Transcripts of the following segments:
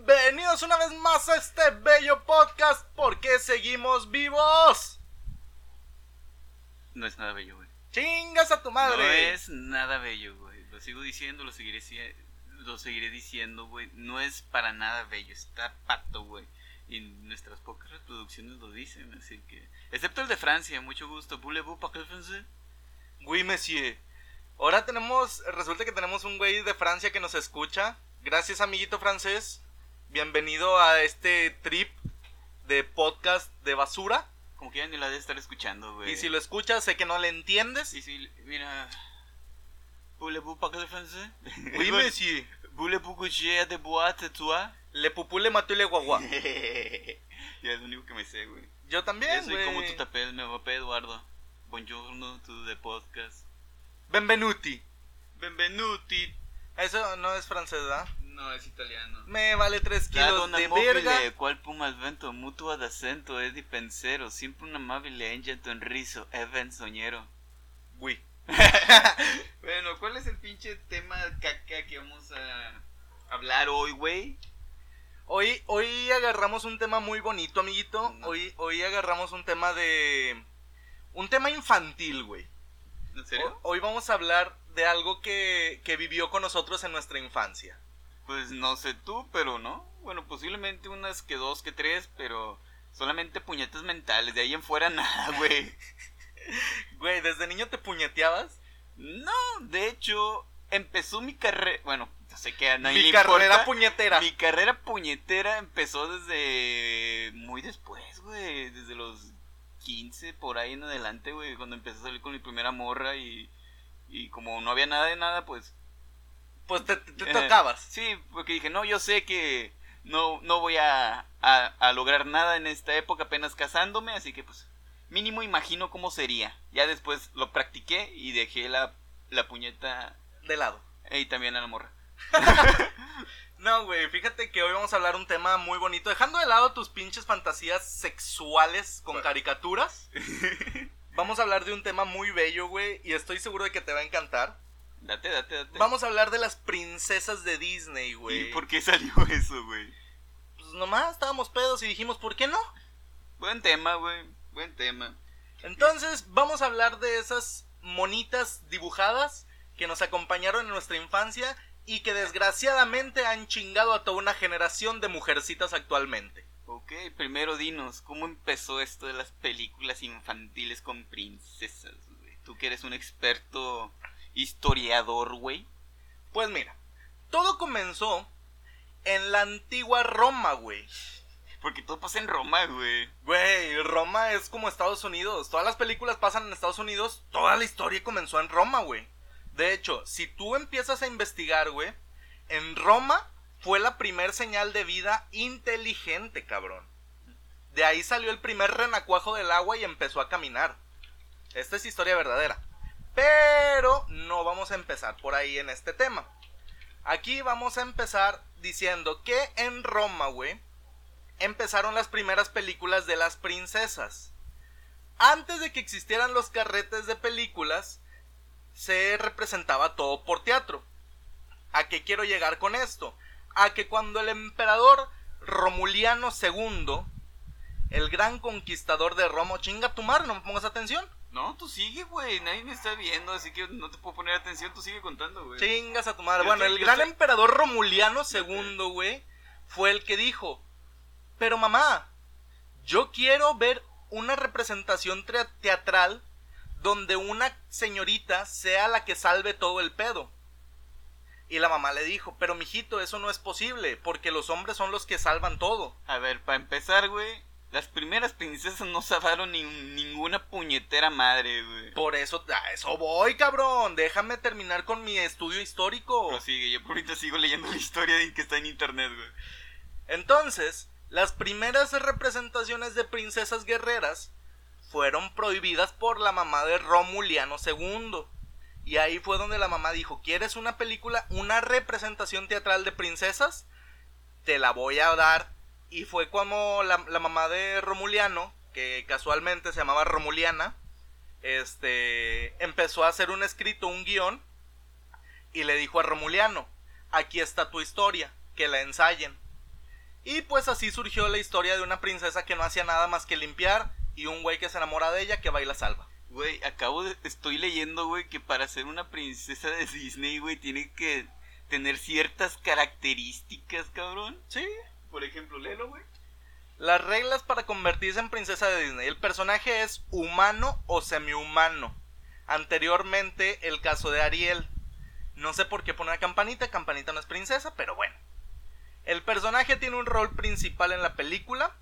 bienvenidos una vez más a este bello podcast. ¿Por qué seguimos vivos? No es nada bello, güey. ¡Chingas a tu madre! No es nada bello, güey. Lo sigo diciendo, lo seguiré, si- lo seguiré diciendo, güey. No es para nada bello, está pato, güey. Y nuestras pocas reproducciones lo dicen, así que... Excepto el de Francia, mucho gusto. Voulez-vous parler français? Oui, monsieur. Ahora tenemos, resulta que tenemos un güey de Francia que nos escucha. Gracias, amiguito francés. Bienvenido a este trip de podcast de basura. Como que ya ni la de estar escuchando, güey. Y si lo escuchas, sé que no le entiendes. Y si- Mira... Voulez-vous parler français? Oui, monsieur. Voulez-vous coucher de boîte, toi? Le pupule matule guagua. ya es lo único que me sé, güey. Yo Yo también, soy como tu güey. tapel, me papá Eduardo. Buongiorno, tu de podcast. Benvenuti. Benvenuti. Eso no es francés, ¿verdad? No, es italiano. Me vale 3 kilos de verga. mobile, qual puma al vento, mutua d'accento, è di pensero, sempre un amabile engento in riso, è benzoñero. Güey. Bueno, ¿cuál es el pinche tema caca que vamos a hablar hoy, güey? Hoy, hoy agarramos un tema muy bonito, amiguito. No. Hoy, hoy agarramos un tema de. Un tema infantil, güey. ¿En serio? Ho- Hoy vamos a hablar de algo que, que vivió con nosotros en nuestra infancia. Pues no sé tú, pero no. Bueno, posiblemente unas que dos, que tres, pero solamente puñetas mentales. De ahí en fuera nada, güey. Güey, ¿desde niño te puñeteabas? No, de hecho, empezó mi carrera. Bueno, yo sé que a nadie Mi le carrera importa. puñetera. Mi carrera puñetera empezó desde muy después, güey. Desde los 15 por ahí en adelante, güey. Cuando empecé a salir con mi primera morra y, y como no había nada de nada, pues Pues te, te- te Eh, tocabas. Sí, porque dije, no, yo sé que no, no voy a, a- a lograr nada en esta época apenas casándome, así que pues mínimo imagino cómo sería. Ya después lo practiqué y dejé la, la puñeta De lado. eh, y también a la morra. No, güey, fíjate que hoy vamos a hablar un tema muy bonito. Dejando de lado tus pinches fantasías sexuales con caricaturas. vamos a hablar de un tema muy bello, güey. Y estoy seguro de que te va a encantar. Date, date, date. Vamos a hablar de las princesas de Disney, güey. ¿Y por qué salió eso, güey? Pues nomás estábamos pedos y dijimos, ¿por qué no? Buen tema, güey. Buen tema. Entonces, vamos a hablar de esas monitas dibujadas que nos acompañaron en nuestra infancia y que desgraciadamente han chingado a toda una generación de mujercitas actualmente. Ok, primero dinos, ¿cómo empezó esto de las películas infantiles con princesas, güey? Tú que eres un experto historiador, güey. Pues mira, todo comenzó en la antigua Roma, güey. Porque todo pasa en Roma, güey. Güey, Roma es como Estados Unidos. Todas las películas pasan en Estados Unidos. Toda la historia comenzó en Roma, güey. De hecho, si tú empiezas a investigar, güey, en Roma fue la primer señal de vida inteligente, cabrón. De ahí salió el primer renacuajo del agua y empezó a caminar. Esta es historia verdadera. Pero no vamos a empezar por ahí en este tema. Aquí vamos a empezar diciendo que en Roma, güey, empezaron las primeras películas de las princesas. Antes de que existieran los carretes de películas, se representaba todo por teatro. ¿A qué quiero llegar con esto? A que cuando el emperador Romuliano II, el gran conquistador de Roma, chinga tu madre, no me pongas atención. No, tú sigue, güey. Nadie me está viendo, así que no te puedo poner atención. Tú sigue contando, güey. Chingas a tu madre. Yo Bueno, estoy- el yo gran estoy- emperador Romuliano II, güey, fue el que dijo, pero mamá, yo quiero ver una representación tre- teatral donde una señorita sea la que salve todo el pedo. Y la mamá le dijo, pero mijito, eso no es posible, porque los hombres son los que salvan todo. A ver, para empezar, güey. Las primeras princesas no salvaron ni ninguna puñetera madre, güey. Por eso, a eso voy, cabrón. Déjame terminar con mi estudio histórico. Pero sigue, yo por ahorita sigo leyendo la historia de- que está en internet, güey. Entonces, las primeras representaciones de princesas guerreras fueron prohibidas por la mamá de Romuliano II. Y ahí fue donde la mamá dijo, ¿quieres una película, una representación teatral de princesas? Te la voy a dar. Y fue como la, la mamá de Romuliano, que casualmente se llamaba Romuliana, este, empezó a hacer un escrito, un guión, y le dijo a Romuliano, aquí está tu historia, que la ensayen. Y pues así surgió la historia de una princesa que no hacía nada más que limpiar y un güey que se enamora de ella que baila salva. Güey, acabo de. Estoy leyendo, güey, que para ser una princesa de Disney, güey, tiene que tener ciertas características, cabrón. Sí. Por ejemplo, léelo, güey. Las reglas para convertirse en princesa de Disney. El personaje es humano o semihumano. Anteriormente, el caso de Ariel. No sé por qué pone a Campanita. Campanita no es princesa, pero bueno. El personaje tiene un rol principal en la película.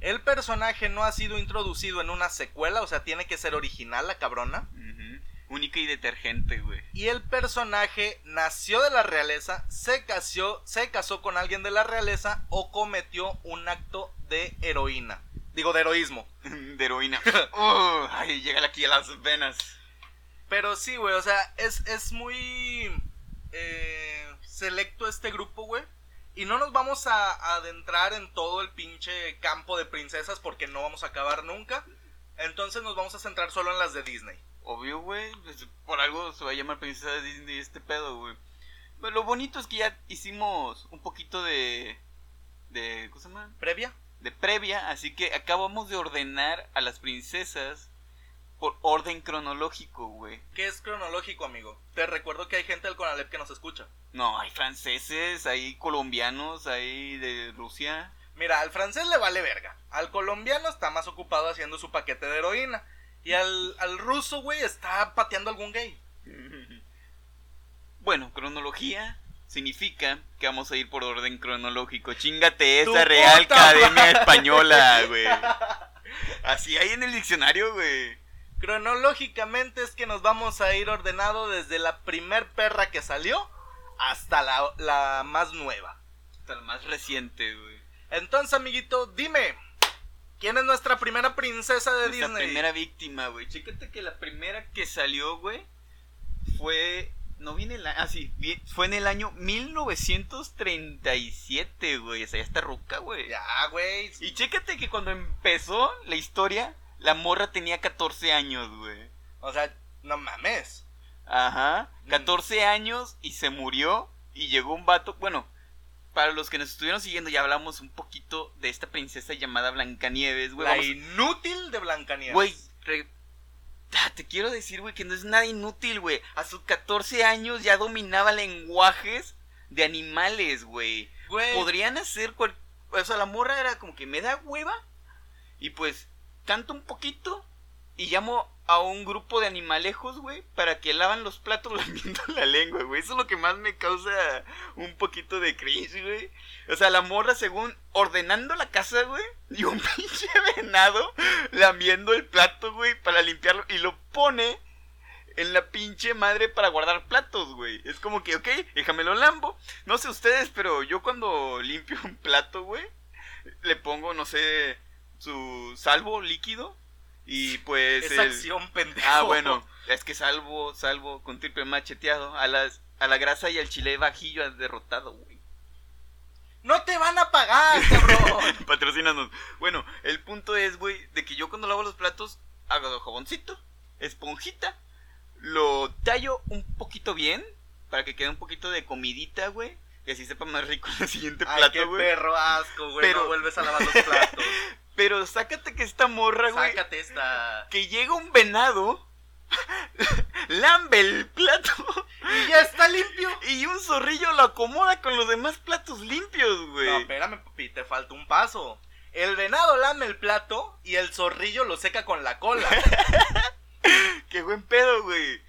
El personaje no ha sido introducido en una secuela, o sea, tiene que ser original la cabrona. Ujú. Única y detergente, güey. Y el personaje nació de la realeza, se casó, se casó con alguien de la realeza o cometió un acto de heroína. Digo, de heroísmo. De heroína. Oh, ay, llega aquí a las venas. Pero sí, güey, o sea, es, es muy eh, selecto este grupo, güey. Y no nos vamos a a adentrar en todo el pinche campo de princesas porque no vamos a acabar nunca. Entonces nos vamos a centrar solo en las de Disney. Obvio, güey. pues, por algo se va a llamar princesa de Disney este pedo, güey. Pero lo bonito es que ya hicimos un poquito de. de ¿Cómo se llama? ¿Previa? de previa, así que acabamos de ordenar a las princesas por orden cronológico, güey. ¿Qué es cronológico, amigo? Te recuerdo que hay gente del Conalep que nos escucha. No, hay franceses, hay colombianos, hay de Rusia. Mira, al francés le vale verga. Al colombiano está más ocupado haciendo su paquete de heroína. Y al, al ruso, güey, está pateando algún gay. Bueno, cronología significa que vamos a ir por orden cronológico. Chingate ¡Tu esa Real puta madre! Academia Española, güey. Así hay en el diccionario, güey. Cronológicamente es que nos vamos a ir ordenado desde la primer perra que salió hasta la, la más nueva. Hasta el más reciente, güey. Entonces, amiguito, dime, ¿quién es nuestra primera princesa de Nuestra Disney? primera víctima, güey. Chécate que la primera que salió, güey, fue. No viene el año. Ah, sí, vi- fue en el año 1937, güey. O sea, ya está ruca, güey. Ya, güey. Y chécate que cuando empezó la historia, la morra tenía 14 años, güey. O sea, no mames. Ajá. Mm. 14 años y se murió. Y llegó un vato. Bueno, para los que nos estuvieron siguiendo, ya hablamos un poquito de esta princesa llamada Blancanieves, güey. la Vamos a- inútil de Blancanieves. Güey, re- Ah, te quiero decir, güey, que no es nada inútil, güey. A sus 14 años ya dominaba lenguajes de animales, güey. Güey, Podrían hacer cual... O sea, la morra era como que me da hueva y pues canto un poquito y llamo a un grupo de animalejos, güey, para que lavan los platos lamiendo la lengua, güey. Eso es lo que más me causa un poquito de cringe, güey. O sea, la morra según ordenando la casa, güey, y un pinche venado lamiendo el plato, güey, para limpiarlo y lo pone en la pinche madre para guardar platos, güey. Es como que, ok, déjamelo lambo. No sé ustedes, pero yo cuando limpio un plato, güey, le pongo, no sé, su salvo líquido y pues... es el- acción pendejo. Ah, bueno, es que salvo, salvo con triple macheteado a, las, a la grasa y al chile bajillo has derrotado, güey. No te van a pagar, cabrón. Patrocínanos. Bueno, el punto es, güey, de que yo cuando lavo los platos hago jaboncito, esponjita, lo tallo un poquito bien para que quede un poquito de comidita, güey, y así sepa más rico el siguiente Ay, qué plato, güey. perro asco, güey. Pero- No vuelves a lavar los platos. Pero sácate que esta morra, güey, Sácate esta. que llega un venado, lambe el plato. Y ya está limpio. Y un zorrillo lo acomoda con los demás platos limpios, güey. No, espérame, papi, te falta un paso. El venado lame el plato y el zorrillo lo seca con la cola. Qué buen pedo, güey.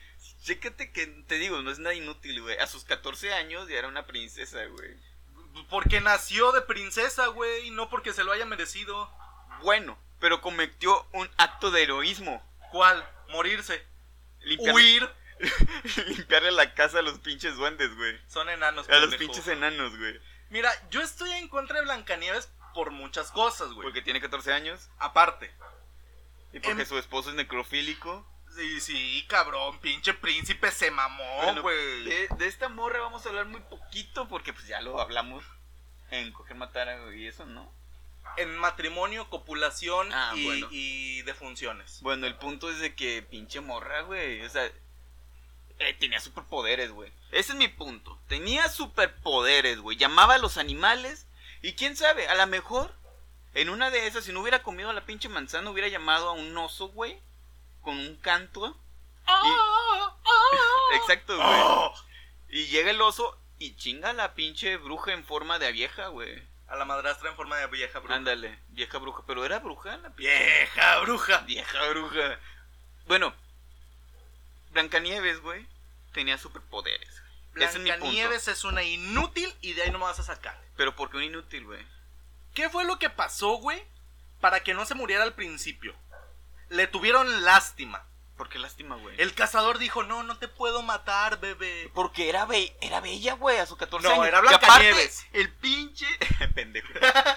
Chécate que, te digo, no es nada inútil, güey. A sus 14 años ya era una princesa, güey. Porque nació de princesa, güey, y no porque se lo haya merecido. Bueno, pero cometió un acto de heroísmo. ¿Cuál? Morirse. Limpiarle, Huir. limpiarle la casa a los pinches duendes, güey. Son enanos. A los pendejo. pinches enanos, güey. Mira, yo estoy en contra de Blancanieves por muchas cosas, güey. Porque tiene 14 años. Aparte. Y porque Em- su esposo es necrofílico. Sí, sí, cabrón, pinche príncipe se mamó, Bueno, güey. De, de esta morra vamos a hablar muy poquito porque pues ya lo hablamos en coger matar y eso, ¿no? En matrimonio, copulación Ah, y, bueno. y defunciones. Bueno, el punto es de que pinche morra, güey. O sea, eh, tenía superpoderes, güey. Ese es mi punto. Tenía superpoderes, güey. Llamaba a los animales Y quién sabe, a lo mejor en una de esas, si no hubiera comido la pinche manzana, hubiera llamado a un oso, güey, con un canto. Y... Exacto, güey. ¡Oh! Y llega el oso y chinga a la pinche bruja en forma de vieja, güey. A la madrastra en forma de vieja bruja. Ándale, vieja bruja. Pero era bruja la pinche Vieja bruja. vieja bruja. Bueno, Blancanieves, güey, tenía superpoderes. güey. Ese es mi punto. Blancanieves es una inútil y de ahí no me vas a sacar. Pero porque un inútil, güey. ¿Qué fue lo que pasó, güey? Para que no se muriera al principio. Le tuvieron lástima. Porque lástima, güey. El cazador dijo, no, no te puedo matar, bebé. Porque era, be- era bella, güey, a sus 14 No, años. era Y aparte, Blancanieves. el pinche. Pendejo.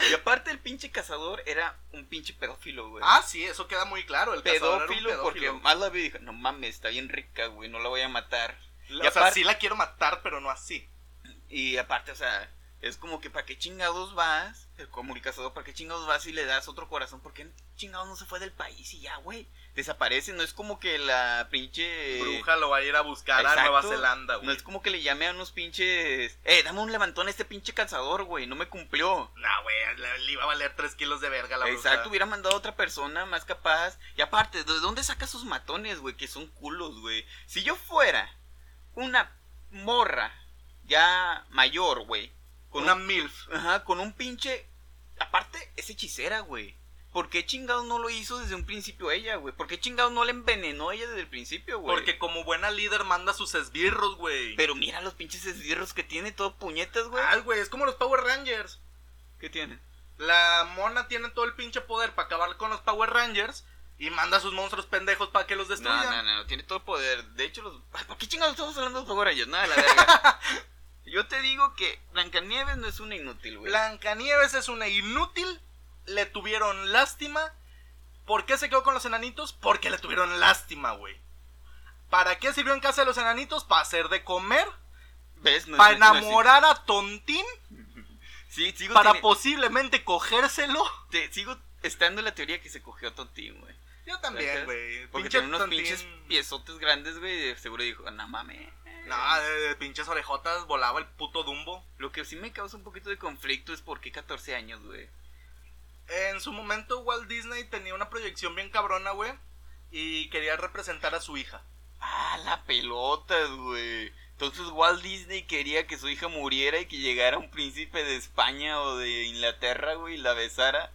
Y aparte, el pinche cazador era un pinche pedófilo, güey. Ah, sí, eso queda muy claro. El pedófilo, cazador era un porque pedófilo. más la vi y dije, no mames, está bien rica, güey, no la voy a matar. Y, O sea, apar- sí la quiero matar, pero no así. y aparte, o sea, es como que para qué chingados vas, eh, como el cazador, para qué chingados vas y le das otro corazón, porque chingados no se fue del país y ya, güey, desaparece, no es como que la pinche... Bruja lo va a ir a buscar a Exacto. Nueva Zelanda, güey. No es como que le llame a unos pinches... Eh, dame un levantón a este pinche cazador, güey, no me cumplió. No, güey, le, le iba a valer 3 kilos de verga a la bruja. Exacto, hubiera mandado a otra persona más capaz. Y aparte, ¿de dónde saca sus matones, güey? Que son culos, güey. Si yo fuera una morra ya mayor, güey. Con Una un, MILF. ajá, con un pinche... Aparte, es hechicera, güey. ¿Por qué chingados no lo hizo desde un principio ella, güey? ¿Por qué chingados no la envenenó ella desde el principio, güey? Porque como buena líder manda sus esbirros, güey. Pero mira los pinches esbirros que tiene, todo puñetas, güey. Ah, güey, es como los Power Rangers. ¿Qué tiene? La mona tiene todo el pinche poder para acabar con los Power Rangers y manda a sus monstruos pendejos para que los No, destruyan. no, no, no, tiene todo el poder. De hecho, los... Ay, ¿por qué chingados estamos hablando de los Power Rangers? Nada, la verga. Yo te digo que Blancanieves no es una inútil, güey. Blancanieves es una inútil, le tuvieron lástima. ¿Por qué se quedó con los enanitos? Porque le tuvieron lástima, güey. ¿Para qué sirvió en casa de los enanitos? Para hacer de comer, ¿Ves? No es- para no es- enamorar a Tontín, Sí, sigo, para tiene- posiblemente cogérselo. te- sigo estando en la teoría que se cogió a Tontín, güey. Yo Ajá. también, güey. Porque Pinche tiene unos Tontín- pinches piezotes grandes, güey. y Seguro dijo, no mames. No, de, de pinches orejotas volaba el puto Dumbo. Lo que sí me causa un poquito de conflicto es por qué 14 años, güey. En su momento Walt Disney tenía una proyección bien cabrona, güey. Y quería representar a su hija. Ah, la pelota, güey. Entonces Walt Disney quería que su hija muriera y que llegara un príncipe de España o de Inglaterra, güey, y la besara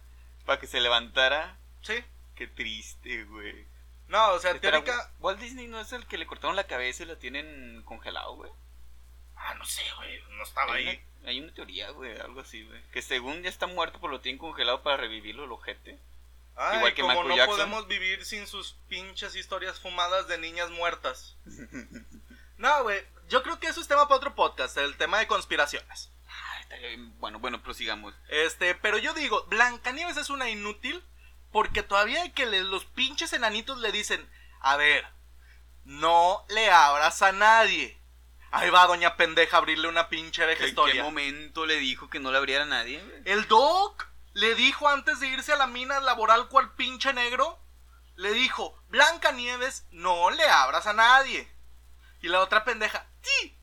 para que se levantara. ¿Sí? Qué triste, güey. No, o sea, Espera, teórica... Wa- Walt Disney no es el que le cortaron la cabeza y la tienen congelado, güey. Ah, no sé, güey. No estaba Hay Ah, ahí. una, hay una teoría, güey, algo así, güey. Que según ya está muerto, pero lo tienen congelado para revivirlo, el ojete. Ay, Igual que como Michael no Jackson. podemos vivir sin sus pinches historias fumadas de niñas muertas. No, güey. Yo creo que eso es tema para otro podcast, el tema de conspiraciones. Ah, está bien. Bueno, bueno, prosigamos. Este, pero yo digo, Blancanieves es una inútil porque todavía que le- los pinches enanitos le dicen, a ver, no le abras a nadie. Ahí va doña pendeja a abrirle una pinche ¿En vieja qué historia. momento le dijo que no le abriera a nadie, güey? El doc le dijo antes de irse a la mina laboral cual pinche negro, le dijo, Blancanieves, no le abras a nadie. Y la otra pendeja, sí,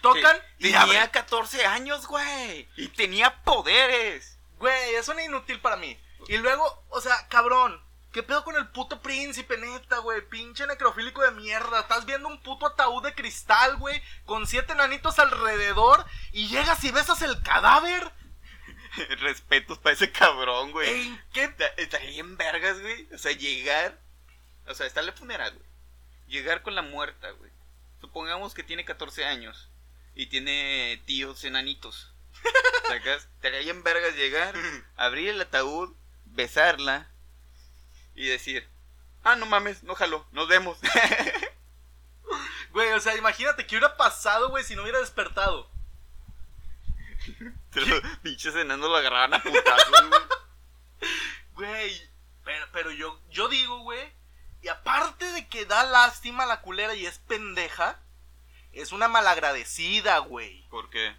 tocan Te- y tenía abren. 14 años, güey. Y tenía poderes. Güey, es una inútil para mí. Y luego, o sea, cabrón, ¿qué pedo con el puto príncipe, neta, güey? Pinche necrofílico de mierda. Estás viendo un puto ataúd de cristal, güey, con siete nanitos alrededor y llegas y besas el cadáver. Respetos para ese cabrón, güey. ¿En qué? Está- Estaría bien vergas, güey. O sea, llegar. O sea, está en la funeral, güey. Llegar con la muerta, güey. Supongamos que tiene 14 años. Y tiene tíos enanitos. ¿Sacas? Estaría bien vergas llegar, abrir el ataúd, besarla. Y decir: Ah, no mames, no jalo, nos vemos. Güey, o sea, imagínate qué hubiera pasado, güey, si no hubiera despertado. Pero los pinches enanos lo agarraban a putazos, güey. Güey, pero, pero yo, yo digo, güey, y aparte de que da lástima la culera y es pendeja, es una malagradecida, güey. ¿Por qué?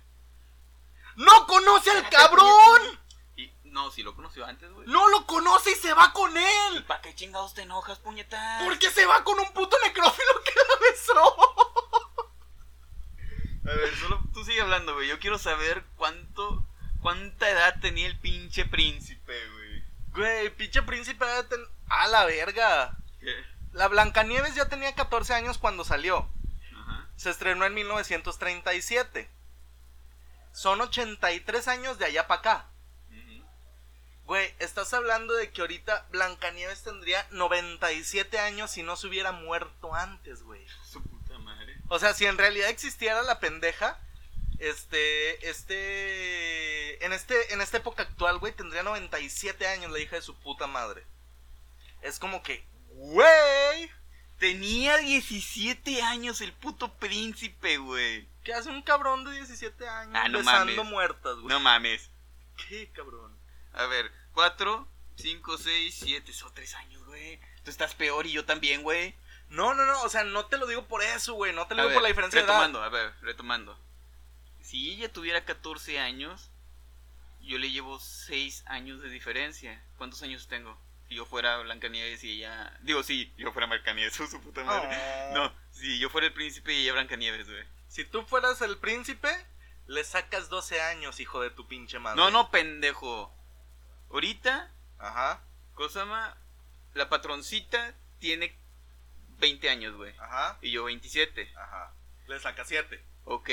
¡No conoce al cabrón! Y, no, si lo conoció antes, güey. No lo conoce y se va con ¿Y él. para qué chingados te enojas, puñetas? Porque se va con un puto necrófilo que la besó. A ver, solo tú sigue hablando, güey. Yo quiero saber cuánto, ¿Cuánta edad tenía el pinche príncipe, güey? Güey, pinche príncipe. ha de ten- A la verga. ¿Qué? La Blancanieves ya tenía 14 años cuando salió. Ajá. Se estrenó en 1937. Son 83 años de allá para acá. Ujú. Güey, estás hablando de que ahorita Blancanieves tendría 97 años si no se hubiera muerto antes, güey. Su puta madre. O sea, si en realidad existiera la pendeja, este, este, en este, en esta época actual, güey, tendría 97 años la hija de su puta madre. Es como que, güey, Tenía 17 años el puto príncipe, güey. ¿qué hace un cabrón de 17 años Ah, no besando mames. muertas, güey? No mames. ¿Qué cabrón? A ver, 4, 5, 6, 7. Son 3 años, güey. Tú estás peor y yo también, güey. No, no, no, o sea, no te lo digo por eso, güey, no te lo A digo por ver, la diferencia de edad. retomando, a ver, retomando. Si ella tuviera 14 años, yo le llevo 6 años de diferencia. ¿Cuántos años tengo? Si yo fuera Blancanieves y ella. Digo, sí, yo fuera Blancanieves, su puta madre. No, si yo fuera el príncipe y ella Blancanieves, güey. Si tú fueras el príncipe, le sacas 12 años, hijo de tu pinche madre. No, no, pendejo. Ahorita, Ajá, Cosama, la patroncita tiene 20 años, güey. ajá, Y yo 27. ajá. Le sacas 7. Ok.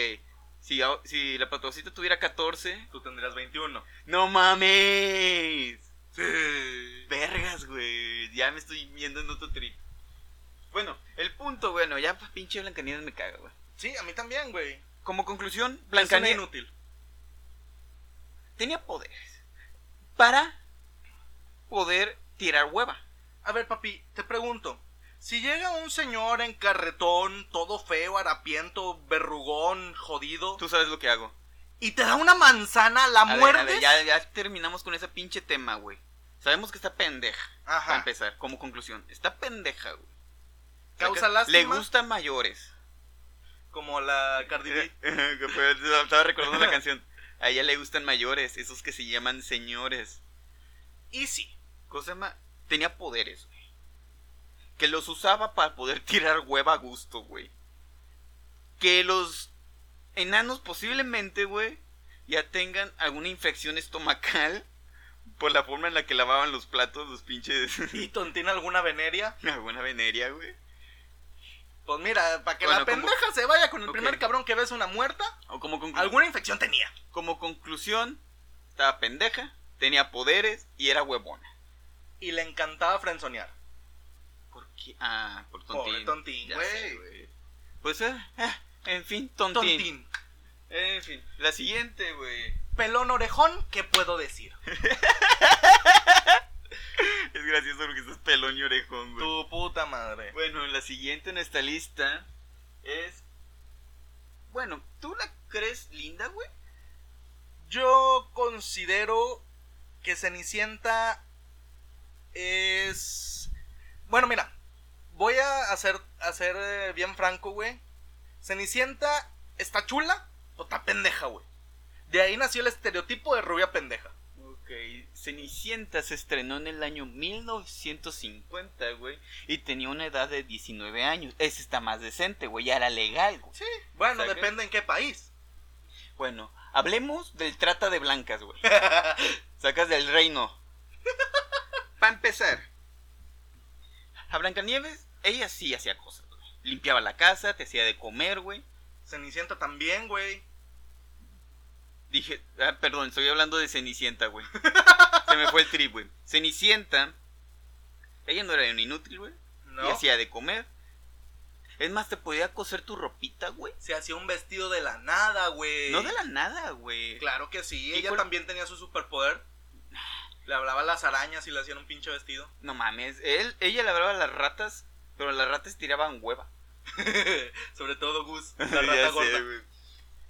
Si, a- si la patroncita tuviera 14. Tú tendrías 21. ¡No mames! Sí. Vergas, güey. Ya me estoy viendo en otro trip. Bueno, el punto, bueno, ya pues, pinche Blancanieves me caga, güey. Sí, a mí también, güey. Como conclusión, Blancanieves Blancanieves inútil. tenía poderes para poder tirar hueva. A ver, papi, te pregunto. Si llega un señor en carretón, todo feo, harapiento, verrugón, jodido, Tú sabes lo que hago. y te da una manzana, la A ver, muerdes. a ver, ya, ya terminamos con ese pinche tema, güey. Sabemos que está pendeja. Para Ajá. empezar, como conclusión, está pendeja, güey. Causa Saca- lástima. Le gustan mayores. Como la Cardi B. Pues, Estaba recordando la canción. A ella le gustan mayores, esos que se llaman señores. Y sí. Cosa más, tenía poderes, güey. Que los usaba para poder tirar hueva a gusto, güey. Que los enanos posiblemente, güey, ya tengan alguna infección estomacal por la forma en la que lavaban los platos, los pinches. ¿Y tontina alguna veneria? alguna veneria, güey. Pues mira, para que la Bueno, como- pendeja se vaya con el Ok. primer cabrón que ves una muerta, O como conclu- alguna infección tenía. como conclusión, estaba pendeja, tenía poderes y era huevona. Y le encantaba frenzonear. ¿Por qué? Ah, por tontín. Pobre tontín, Ya güey. sé, güey. Pues, eh, ah, en fin, Tontín. tontín. En fin, la siguiente, güey. Pelón orejón, ¿qué puedo decir? Es gracioso porque estás pelón y orejón, güey. Tu puta madre. Bueno, la siguiente en esta lista es. Bueno, ¿tú la crees linda, güey? Yo considero que Cenicienta es... Bueno, mira, voy a hacer, hacer eh, bien franco, güey. Cenicienta está chula o está pendeja, güey. De ahí nació el estereotipo de rubia pendeja. Ok, Cenicienta se estrenó en el año 1950, güey. Y tenía una edad de 19 años. Ese está más decente, güey. Ya era legal, güey. Sí, bueno, ¿Sabe? depende en qué país. Bueno, hablemos del trata de blancas, güey. Sacas del reino. Para empezar, a Blancanieves, ella sí hacía cosas, güey. Limpiaba la casa, te hacía de comer, güey. Cenicienta también, güey. Dije, ah, perdón, estoy hablando de Cenicienta, güey. Se me fue el trip, güey. Cenicienta, ella no era un inútil, güey. Y No. hacía de comer. Es más, te podía coser tu ropita, güey. Se hacía un vestido de la nada, güey. No de la nada, güey. Claro que sí, ¿Y ella cuál- también tenía su superpoder. Le hablaba a las arañas y le hacían un pinche vestido. No mames, él, ella labraba las ratas, pero las ratas tiraban hueva. Sobre todo Gus, la Ya rata sé, gorda. güey.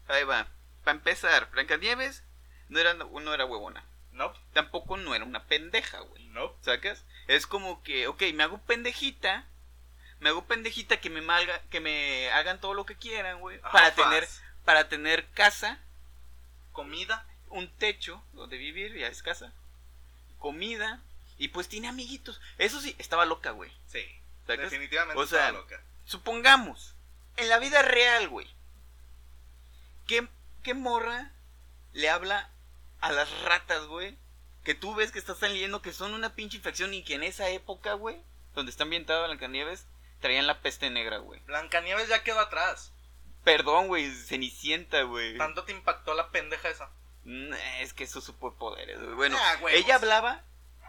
Ahí va. Para empezar, Blancanieves no era, no era huevona. Nope, Tampoco no era una pendeja, güey. nope. ¿Sacas? Es como que, ok, me hago pendejita. Me hago pendejita que me, malga- que me hagan todo lo que quieran, güey. Para Ajá, tener, faz. para tener casa, comida. un techo donde vivir, ya es casa. Comida. Y pues tiene amiguitos. Eso sí, estaba loca, güey. Sí, ¿Sacas? definitivamente O sea, estaba loca. Supongamos, en la vida real, güey, ¿qué, qué morra le habla a las ratas, güey, que tú ves que están saliendo, que son una pinche infección y que en esa época, güey, donde está ambientado Blancanieves, traían la peste negra, güey. Blancanieves ya quedó atrás. Perdón, güey, Cenicienta, güey. Tanto te impactó la pendeja esa. Mm, Es que esos superpoderes, güey. Bueno, Ah, huevos. ella hablaba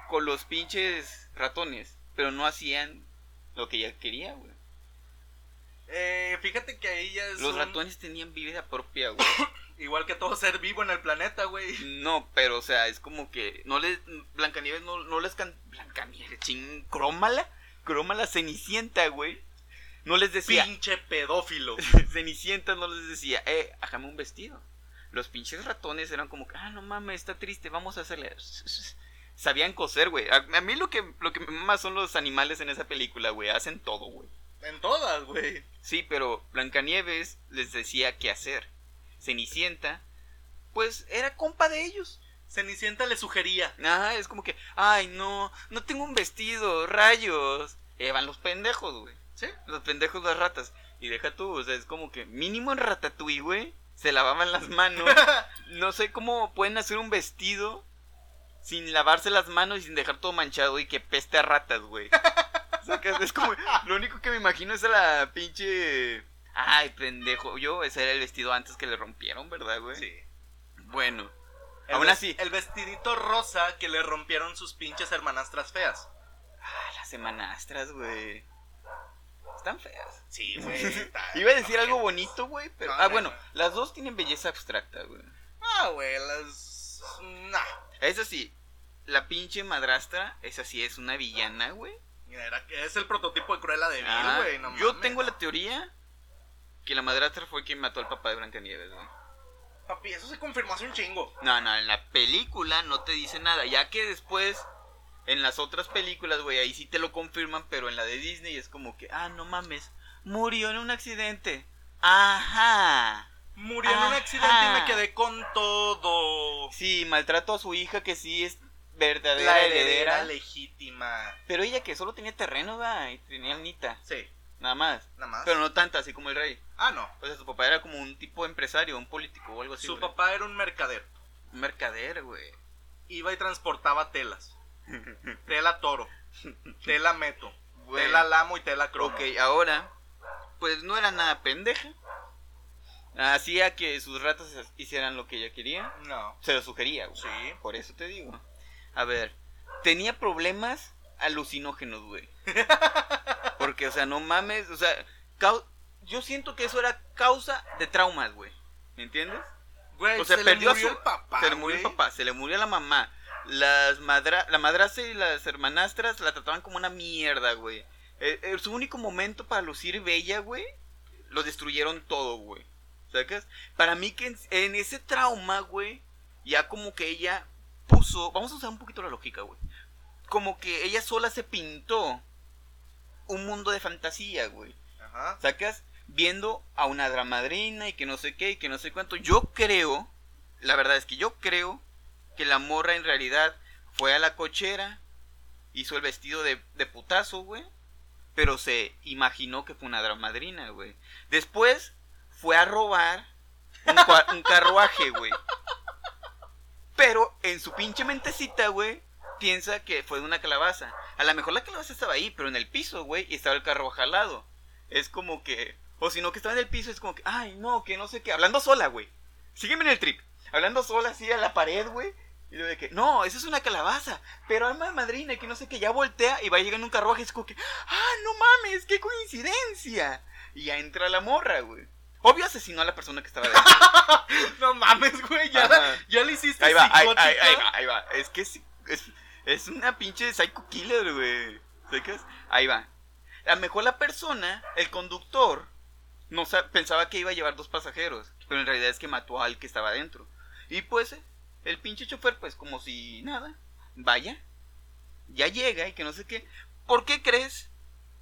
con los pinches ratones, pero no hacían lo que ella quería, güey. Eh, fíjate que ahí ya es. Los un- ratones tenían vida propia, güey. Igual que todo ser vivo en el planeta, güey. No, pero o sea, es como que no les Blancanieves no, no les can Blancanieves, ching, crómala, crómala Cenicienta, güey. No les decía Pinche pedófilo. Cenicienta no les decía, "Eh, hágame un vestido." Los pinches ratones eran como, que, "Ah, no mames, está triste, vamos a hacerle." Sabían coser, güey. A, a mí lo que lo que me mama son los animales en esa película, güey. Hacen todo, güey. En todas, güey. Sí, pero Blancanieves les decía qué hacer. Cenicienta pues era compa de ellos. Cenicienta le sugería. Ajá, es como que, ay, no, no tengo un vestido, rayos. Eh, van los pendejos, güey. ¿Sí? Los pendejos, las ratas. Y deja tú, o sea, es como que mínimo en Ratatouille, güey, se lavaban las manos. No sé cómo pueden hacer un vestido sin lavarse las manos y sin dejar todo manchado y que peste a ratas, güey. O sea, que es como, lo único que me imagino es a la pinche... Ay, pendejo, yo ese era el vestido antes que le rompieron, ¿verdad, güey? sí. Bueno, El Aún ves- así. El vestidito rosa que le rompieron sus pinches hermanastras feas. ah, las semanastras, güey. Están feas. Sí, güey. está- Iba a decir algo bonito, güey, pero... No, Ah, no, bueno, no. las dos tienen belleza abstracta, güey. Ah, güey, las. Nah. Eso sí, la pinche madrastra, esa sí es una villana, güey. Era, es el prototipo de Cruella de Vil, Ah, güey. no yo mames. tengo la teoría que la madrastra fue quien mató al papá de Blancanieves, güey. Papi, eso se confirmó hace un chingo. No, no, en la película no te dice nada, ya que después en las otras películas, güey, ahí sí te lo confirman, pero en la de Disney es como que, ah, no mames, murió en un accidente. Ajá. Murió en un Ajá. accidente y me quedé con todo. Sí, maltrató a su hija que sí es verdadera La heredera. heredera legítima. Pero ella que solo tenía terreno, güey, y tenía nita, Sí, nada más. nada más. Pero no tanta, así como el rey. Ah, no. O sea, su papá era como un tipo de empresario, un político o algo así. Su güey. papá era un mercader. Un mercader, güey. Iba y transportaba telas. tela toro, tela meto, Güey. tela lamo y tela cromo. Ok, ahora, pues no era nada pendeja. Hacía que sus ratas hicieran lo que ella quería. No. Se lo sugería, güey. Sí. ¿eh? Por eso te digo. A ver, tenía problemas alucinógenos, güey. Porque, o sea, no mames, o sea, cau- yo siento que eso era causa de traumas, güey. ¿Me entiendes? Güey, O sea, se perdió le a murió su- el papá. se le murió el güey. papá, se le murió la mamá. Las madra la madrastra y las hermanastras la trataban como una mierda, güey. Eh, eh, su único momento para lucir bella, güey, lo destruyeron todo, güey. ¿Sacas? Para mí que en, en ese trauma, güey, ya como que ella puso, vamos a usar un poquito la lógica, güey. Como que ella sola se pintó un mundo de fantasía, güey. Ajá. Sacas viendo a una dramadrina y que no sé qué y que no sé cuánto. Yo creo, la verdad es que yo creo que la morra en realidad fue a la cochera, hizo el vestido de, de putazo, güey. Pero se imaginó que fue una dramadrina, güey. Después fue a robar un, cua- un carruaje, güey. Pero en su pinche mentecita, güey, piensa que fue de una calabaza. A lo mejor la calabaza estaba ahí, pero en el piso, güey, y estaba el carruaje al lado. Es como que. O si no, que estaba en el piso, es como que. Ay, no, que no sé qué. Hablando sola, güey. Sígueme en el trip. Hablando sola, así a la pared, güey. Y luego de que. No, eso es una calabaza. Pero alma de madrina, y que no sé qué. Ya voltea y va llegando un carruaje. Es como que. Ah, no mames, qué coincidencia. Y ya entra la morra, güey. Obvio asesinó a la persona que estaba dentro. No mames, güey. Ya, Ajá. la- ya le hiciste Ahí va, ahí, psicótica. ahí- ahí va, ahí va. Es que es, es, es una pinche psycho killer, güey. ¿Sacas? Ahí va. A lo mejor la persona, el conductor, no sa- pensaba que iba a llevar dos pasajeros, pero en realidad es que mató al que estaba adentro. Y pues, eh, el pinche chofer, pues como si nada, vaya, ya llega y que no sé qué. ¿Por qué crees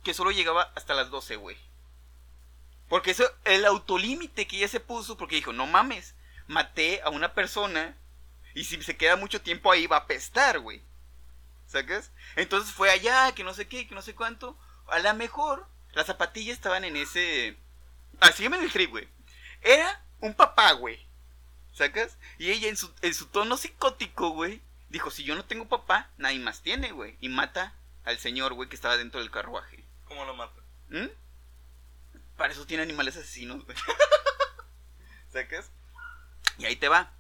que solo llegaba hasta las 12, güey? Porque eso, el autolímite que ya se puso, porque dijo, no mames, maté a una persona y si se queda mucho tiempo ahí va a apestar, güey. ¿Sacas? Entonces fue allá, que no sé qué, que no sé cuánto. A lo mejor las zapatillas ah, estaban en ese... Así me el trip, güey. Era un papá, güey. ¿Sacas? Y ella en su, en su tono psicótico, güey, dijo, si yo no tengo papá, nadie más tiene, güey. Y mata al señor, güey, que estaba dentro del carruaje. ¿Cómo lo mata? ¿Mm? Para eso tiene animales asesinos, güey. ¿Sacas? Y ahí te va.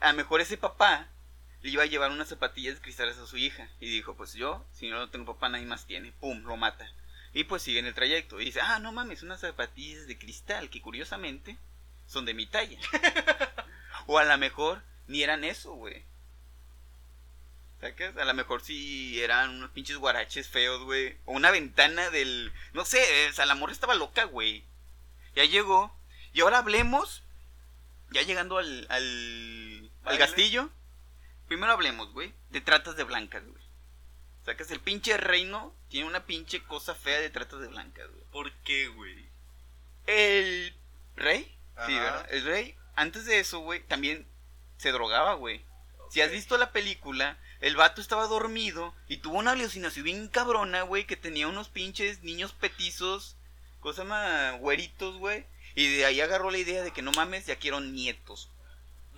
A lo mejor ese papá le iba a llevar unas zapatillas cristales a su hija. Y dijo, pues yo, si no tengo papá, nadie más tiene. Pum, lo mata. Y pues sigue en el trayecto. Y dice, ah, no mames, unas zapatillas de cristal que curiosamente son de mi talla. o a lo mejor ni eran eso, güey. ¿Sacas? A lo mejor sí eran unos pinches guaraches feos, güey. O una ventana del... No sé, eh, o sea, la morra estaba loca, güey. Ya llegó. Y ahora hablemos. Ya llegando al... Al, al Baile. castillo. Primero hablemos, güey. De tratas de blancas, güey. ¿Sacas? El pinche reino tiene una pinche cosa fea de tratas de blancas, güey. ¿Por qué, güey? El rey, sí, Ajá. ¿verdad? El rey, antes de eso, güey, también se drogaba, güey. Si has Ok. visto la película, el vato estaba dormido y tuvo una alucinación bien cabrona, güey, que tenía unos pinches niños petizos, cosa más güeritos, güey. Y de ahí agarró la idea de que no mames, ya quiero nietos,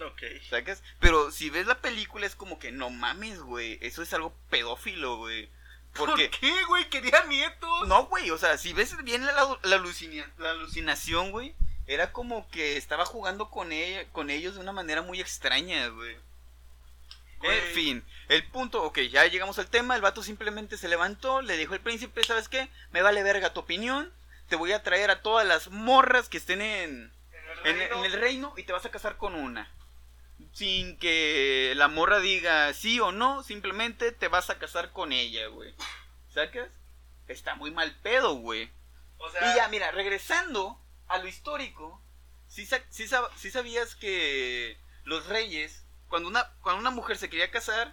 Ok. ¿sacas? Pero si ves la película es como que no mames, güey, eso es algo pedófilo, güey. ¿Por Porque qué, güey? Quería nietos. no, güey, o sea, si ves bien la, la, la alucina- la alucinación, güey, era como que estaba jugando con, ella, con ellos de una manera muy extraña, güey. Güey. En fin, el punto, ok, ya llegamos al tema, el vato simplemente se levantó, le dijo al príncipe, ¿sabes qué? Me vale verga tu opinión, te voy a traer a todas las morras que estén en, en, reino. en el reino y te vas a casar con una. Sin que la morra diga sí o no, simplemente te vas a casar con ella, güey. ¿Sacas? Está muy mal pedo, güey. O Y sea, ya, mira, regresando a lo histórico, sí, sa- sí sab- sí sabías que los reyes, cuando una, cuando una mujer se quería casar,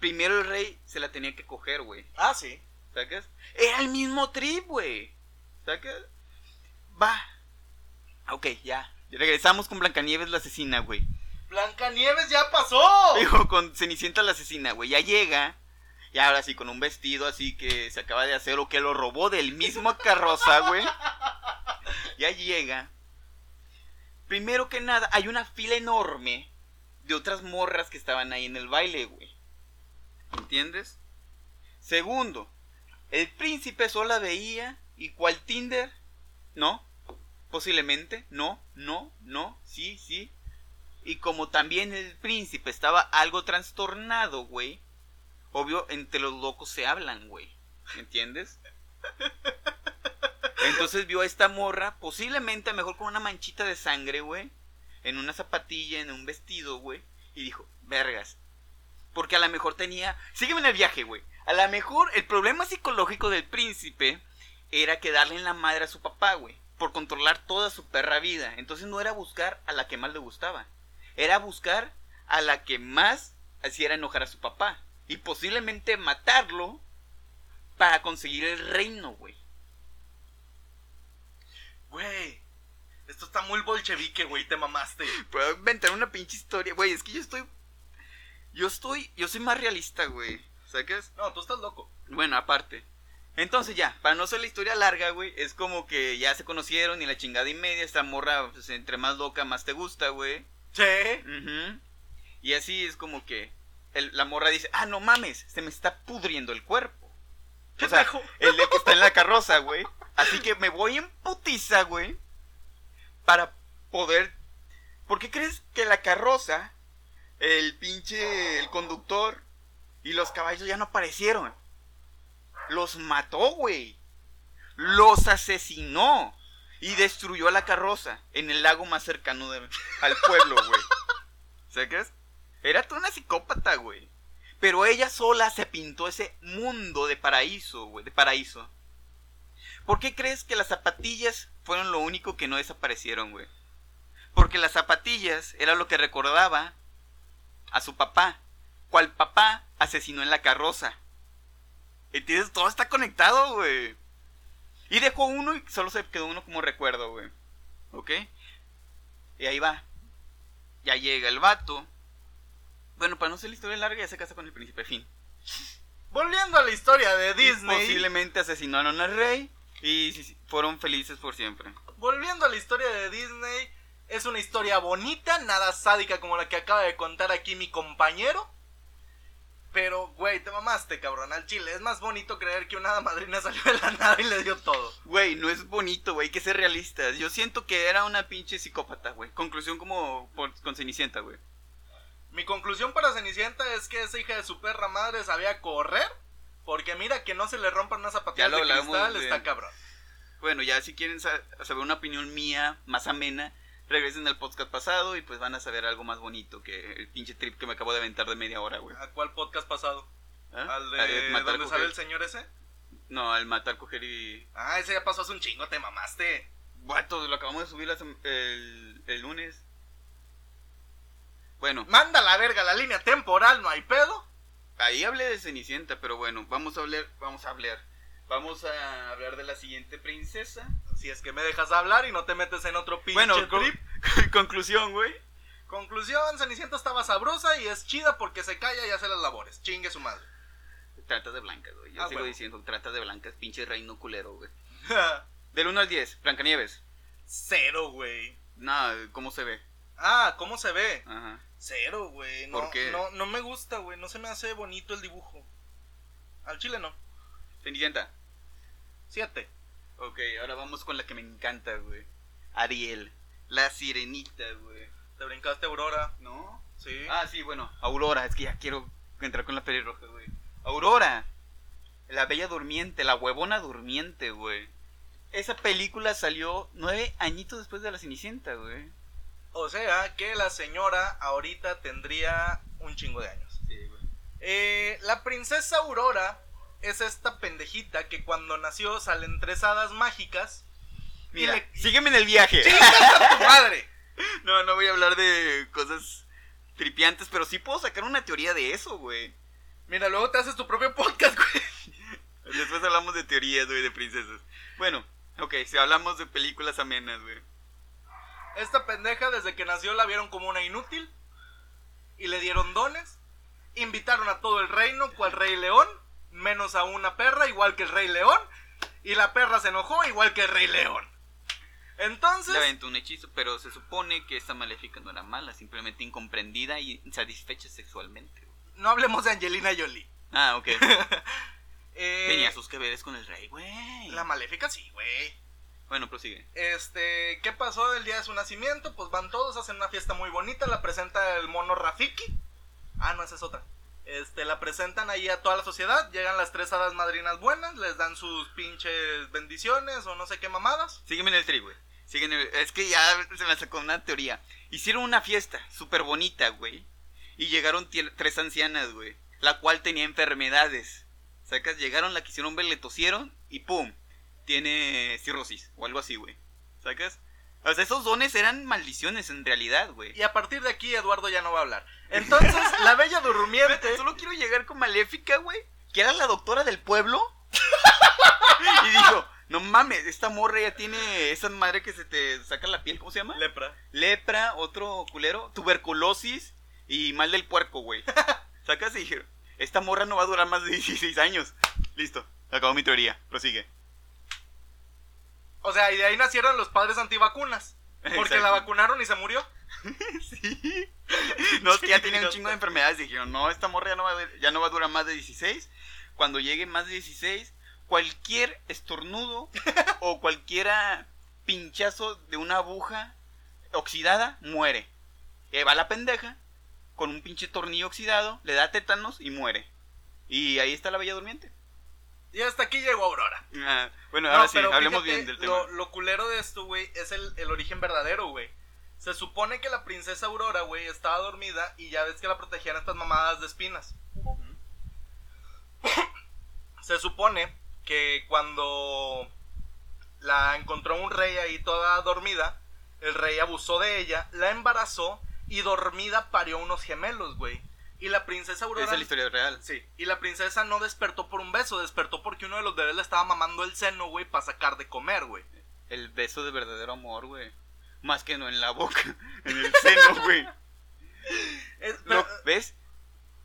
primero el rey se la tenía que coger, güey. Ah, sí. ¿Sacas? Era el mismo trip, güey. ¿Sacas? Va. Ok, ya. Regresamos con Blancanieves la asesina, güey. Blancanieves ya pasó. Digo, con Cenicienta la asesina, güey. Ya llega. Y ahora sí, con un vestido así que se acaba de hacer o que lo robó del mismo carroza, güey. Ya llega. Primero que nada, hay una fila enorme de otras morras que estaban ahí en el baile, güey. ¿Entiendes? Segundo, el príncipe solo la veía y cual Tinder, no, posiblemente, no, no, no, sí, sí. Y como también el príncipe estaba algo trastornado, güey, obvio, entre los locos se hablan, güey. ¿Entiendes? Entonces vio a esta morra, posiblemente a lo mejor con una manchita de sangre, güey, en una zapatilla, en un vestido, güey, y dijo, vergas. Porque a lo mejor tenía... Sígueme en el viaje, güey. A lo mejor el problema psicológico del príncipe era que darle en la madre a su papá, güey. Por controlar toda su perra vida. Entonces no era buscar a la que más le gustaba. Era buscar a la que más hiciera enojar a su papá. Y posiblemente matarlo para conseguir el reino, güey. Güey. Esto está muy bolchevique, güey. Te mamaste. Puedo inventar una pinche historia, güey. Es que yo estoy... Yo estoy... Yo soy más realista, güey. ¿Sacas? No, tú estás loco. Bueno, aparte. Entonces ya, para no ser la historia larga, güey, es como que ya se conocieron y la chingada y media, esta morra, pues, entre más loca, más te gusta, güey. Che. Ujú. Y así es como que el- la morra dice, ah, no mames, se me está pudriendo el cuerpo. O sea, Pendejo. el de que está en la carroza, güey. Así que me voy en putiza, güey. Para poder... ¿Por qué crees que la carroza, el pinche, el conductor y los caballos ya no aparecieron? Los mató, güey. Los asesinó. Y destruyó la carroza en el lago más cercano de- al pueblo, güey. ¿Sacas? Era toda una psicópata, güey. Pero ella sola se pintó ese mundo de paraíso, güey, de paraíso. ¿Por qué crees que las zapatillas fueron lo único que no desaparecieron, güey? Porque las zapatillas era lo que recordaba a su papá, cual papá asesinó en la carroza. Entiendes, todo está conectado, güey. Y dejó uno y solo se quedó uno como recuerdo, güey. ¿Ok? Y ahí va. Ya llega el vato. Bueno, para no ser la historia larga, ya se casa con el príncipe fin. Volviendo a la historia de Y Disney. Posiblemente asesinaron al rey y sí, sí, fueron felices por siempre. Volviendo a la historia de Disney. Es una historia bonita, nada sádica como la que acaba de contar aquí mi compañero. Pero, güey, te mamaste, cabrón, al chile. Es más bonito creer que una hada madrina salió de la nada y le dio todo. Güey, no es bonito, güey, hay que ser realistas. Yo siento que era una pinche psicópata, güey. Conclusión como por- con Cenicienta, güey. Mi conclusión para Cenicienta es que esa hija de su perra madre sabía correr. Porque mira que no se le rompan unas zapatillas Ya de lo hablamos cristal, de- está cabrón. Bueno, ya si quieren sa- saber una opinión mía más amena, regresen al podcast pasado y pues van a saber algo más bonito que el pinche trip que me acabo de aventar de media hora, güey. ¿A cuál podcast pasado? ¿Ah? ¿Al de Ah, de matar, donde sale coger- el señor ese? No, al matar, coger y... Ah, ese ya pasó hace un chingo, te mamaste. Guato, lo acabamos de subir la sem- el, el lunes. Bueno, Manda la verga la línea temporal, no hay pedo. ahí hablé de Cenicienta, pero bueno, vamos a hablar, vamos a hablar. Vamos a hablar de la siguiente princesa. Si es que me dejas hablar y no te metes en otro pinche Bueno, con- trip. conclusión, güey. Conclusión, Cenicienta estaba sabrosa y es chida porque se calla y hace las labores. Chingue su madre. Tratas de blancas, güey. Yo Ah, sigo huevo. diciendo, tratas de blancas, pinche reino culero, güey. Del 1 al 10, Blancanieves. Cero, güey. Nada, ¿cómo se ve? Ah, ¿cómo se ve? Ajá. Cero, güey. No, ¿Por qué? No, no me gusta, güey. No se me hace bonito el dibujo. Al chile no. Cenicienta. Siete. Ok, ahora vamos con la que me encanta, güey. Ariel. La sirenita, güey. Te brincaste Aurora. ¿No? Sí. Ah, sí, bueno. Aurora, es que ya quiero entrar con la pelirroja, güey. Aurora. La bella durmiente, la huevona durmiente, güey. Esa película salió nueve añitos después de la Cenicienta, güey. O sea que la señora ahorita tendría un chingo de años. Sí, güey. Eh, la princesa Aurora es esta pendejita que cuando nació salen tres hadas mágicas. Mira, Y le- sígueme en el viaje. ¡Chingas a tu madre! No, no voy a hablar de cosas tripiantes, pero sí puedo sacar una teoría de eso, güey. Mira, luego te haces tu propio podcast, güey. Después hablamos de teorías, güey, de princesas. Bueno, ok, si hablamos de películas amenas, güey. Esta pendeja desde que nació la vieron como una inútil y le dieron dones. Invitaron a todo el reino, cual rey león, menos a una perra, igual que el rey león. Y la perra se enojó, igual que el rey león. Entonces, Le aventó un hechizo, pero se supone que esta maléfica no era mala, simplemente incomprendida y insatisfecha sexualmente. güey. no hablemos de Angelina Jolie. Ah, ok. Eh, Tenía sus que veres con el rey, güey. La maléfica sí, güey. Bueno, prosigue. Este, ¿qué pasó el día de su nacimiento? Pues van todos, hacen una fiesta muy bonita, la presenta el mono Rafiki. Ah, no, esa es otra. Este, la presentan ahí a toda la sociedad, llegan las tres hadas madrinas buenas, les dan sus pinches bendiciones o no sé qué mamadas. Sígueme en el tri, güey. Sígueme en el- Es que ya se me sacó una teoría. Hicieron una fiesta súper bonita, güey. Y llegaron tie- tres ancianas, güey. La cual tenía enfermedades. Sacas, llegaron, la quisieron ver, le tosieron y ¡pum! Tiene cirrosis o algo así, güey. ¿Sacas? O sea, esos dones eran maldiciones en realidad, güey. Y a partir de aquí Eduardo ya no va a hablar. Entonces, la bella durmiente, Solo quiero llegar con Maléfica, güey. Que era la doctora del pueblo. y dijo, no mames, esta morra ya tiene esa madre que se te saca la piel, ¿cómo se llama? lepra. lepra, otro culero, tuberculosis y mal del puerco, güey. Sacas y dijeron, esta morra no va a durar más de 16 años. Listo, acabó mi teoría, prosigue. O sea, y de ahí nacieron los padres antivacunas. Porque la Exacto. vacunaron y se murió. Sí. No, es que ya tenían un chingo de enfermedades. Dijeron, no, esta morra ya no, va a, ya no va a durar más de 16. Cuando llegue más de 16, cualquier estornudo o cualquiera pinchazo de una aguja oxidada muere. Y ahí va la pendeja con un pinche tornillo oxidado, le da tétanos y muere. Y ahí está la bella durmiente. Y hasta aquí llegó Aurora. Ah, bueno, No, ahora sí, pero hablemos fíjate, bien del tema. Lo, lo culero de esto, güey, es el, el origen verdadero, güey. Se supone que la princesa Aurora, güey, estaba dormida y ya ves que la protegían estas mamadas de espinas. Se supone que cuando la encontró un rey ahí toda dormida, el rey abusó de ella, la embarazó y dormida parió unos gemelos, güey. Y la princesa Aurora... Esa es la historia real. Sí, y la princesa no despertó por un beso, despertó porque uno de los bebés le estaba mamando el seno, güey, para sacar de comer, güey. El beso de verdadero amor, güey. Más que no en la boca, en el seno, güey. Es- Lo- pero- ¿Ves?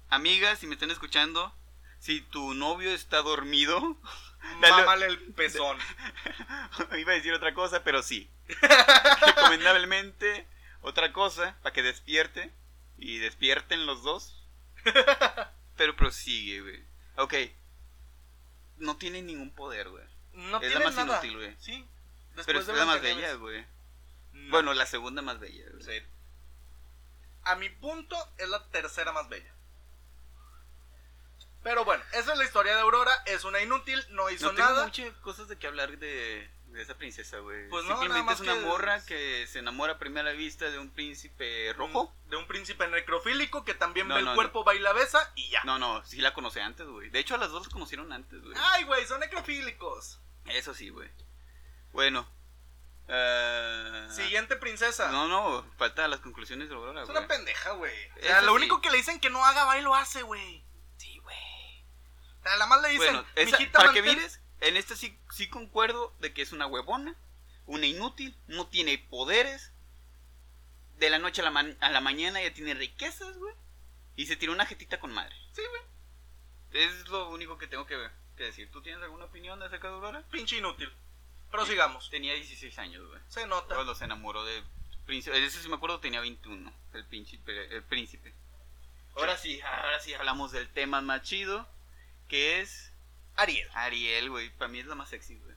Amigas, si me están escuchando, si tu novio está dormido, Dale- Mámale el pezón. iba a decir otra cosa, pero sí. Recomendablemente, Otra cosa, para que despierte. Y despierten los dos. Pero prosigue, güey. Ok. No tiene ningún poder, güey. No Es la tiene más nada. inútil, güey. Sí. Pero Después es de la más Blancanieves. bella, güey. No. Bueno, la segunda más bella, güey. Sí. A mi punto es la tercera más bella. Pero bueno, esa es la historia de Aurora. Es una inútil, no hizo No tengo nada. muchas cosas de que hablar de, de esa princesa, güey. Pues no, nada Simplemente más es una que- morra que se enamora a primera vista de un príncipe rojo. Mm, De un príncipe necrofílico que también No, ve no, el no. cuerpo, baila, besa y ya. No, no, sí la conocí antes, güey. De hecho, a las dos las conocieron antes, güey. Ay, güey, son necrofílicos. Eso sí, güey. Bueno. eh, Siguiente princesa. No, no, falta las conclusiones de Aurora, es güey. una pendeja, güey. O sea, Eso lo sí. único que le dicen que no haga, va y lo hace, güey. Sí, güey. O sea, nada más le dicen, Bueno, esa- "Mijita, para que mantén-". mires, en esta sí, sí concuerdo de que es una huevona, una inútil, no tiene poderes. De la noche a la, man- a la mañana ya tiene riquezas, güey. Y se tiró una jetita con madre. Sí, güey. Es lo único que tengo que, que decir. ¿Tú tienes alguna opinión acerca de Aurora? Pinche inútil. Prosigamos. Tenía 16 años, güey. Se nota. Cuando se enamoró de príncipe. Ese sí me acuerdo tenía 21, el príncipe. El príncipe. Ahora sí, ahora sí hablamos del tema más chido, que es Ariel. Ariel, güey. Para mí es la más sexy, güey.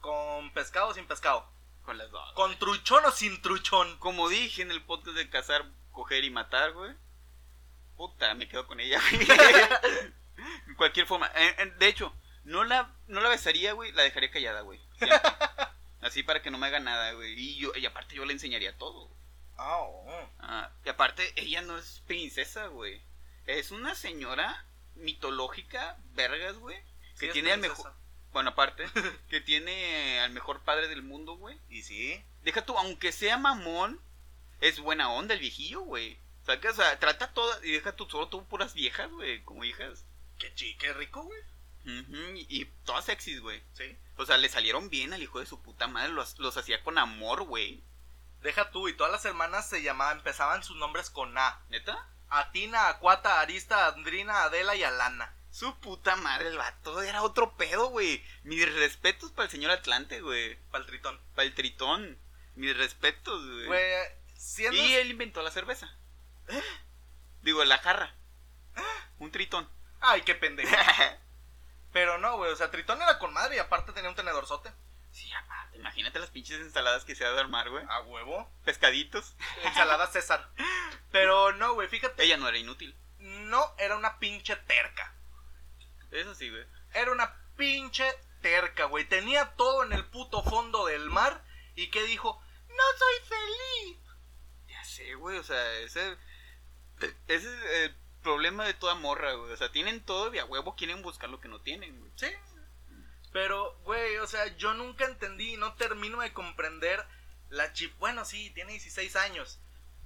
Con pescado o sin pescado. Con las dos. Con truchón o sin truchón. Como dije en el podcast de cazar, coger y matar, güey. Puta, me quedo con ella, güey. En cualquier forma. En- en- de hecho, no la, no la besaría, güey. La dejaría callada, güey. siempre. Así para que no me haga nada, güey. Y, yo, y aparte yo le enseñaría todo, güey. Ah, oh. Ah, y aparte, ella no es princesa, güey. Es una señora mitológica, vergas, güey. Sí Que es tiene al princesa. mejor. Bueno, aparte, que tiene al mejor padre del mundo, güey. Y sí. Deja tú, aunque sea mamón, es buena onda el viejillo, güey. O sea, que, o sea, trata todas y deja tú solo tú puras viejas, güey, como hijas. Qué chi, qué rico, güey. Ujú, y, y todas sexys, güey. Sí. O sea, le salieron bien al hijo de su puta madre, los, los hacía con amor, güey. Deja tú, y todas las hermanas se llamaban, empezaban sus nombres con A. ¿Neta? Atina, Acuata, Arista, Andrina, Adela y Alana. Su puta madre, el vato era otro pedo, güey. Mis respetos para el señor Atlante, güey. Pa'l tritón. Para el tritón. Mis respetos, güey. Güey, siendo... Y él inventó la cerveza. Digo, la jarra. Un tritón. Ay, qué pendejo. Pero no, güey, o sea, Tritón era con madre y aparte tenía un tenedorzote. Sí, aparte, imagínate las pinches ensaladas que se ha de armar, güey. A huevo. Pescaditos. Ensalada César. Pero no, güey, fíjate. Ella no era inútil. No era una pinche terca. Eso sí, güey. Era una pinche terca, güey. Tenía todo en el puto fondo del mar. Y que dijo, no soy feliz. Ya sé, güey. O sea, ese, ese es el problema de toda morra, güey. O sea, tienen todo y a huevo quieren buscar lo que no tienen, güey. Sí. Pero, güey, o sea, yo nunca entendí y no termino de comprender la chip. Bueno, sí, tiene 16 años.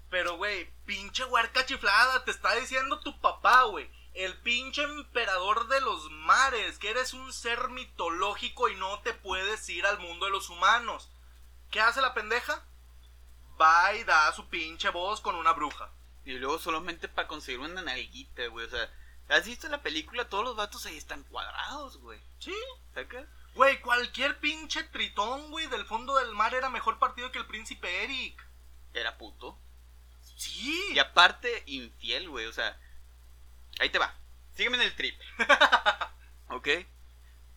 Pero, güey, pinche huerca chiflada, te está diciendo tu papá, güey. El pinche emperador de los mares, que eres un ser mitológico y no te puedes ir al mundo de los humanos. ¿Qué hace la pendeja? Va y da su pinche voz con una bruja. Y luego solamente para conseguir una nalguita, güey. O sea, ¿has visto la película? Todos los vatos ahí están cuadrados, güey. Sí. ¿Sacas? Güey, cualquier pinche tritón, güey, del fondo del mar era mejor partido que el príncipe Eric. Era puto. Sí. Y aparte, infiel, güey. O sea, ahí te va. Sígueme en el trip. ¿Ok?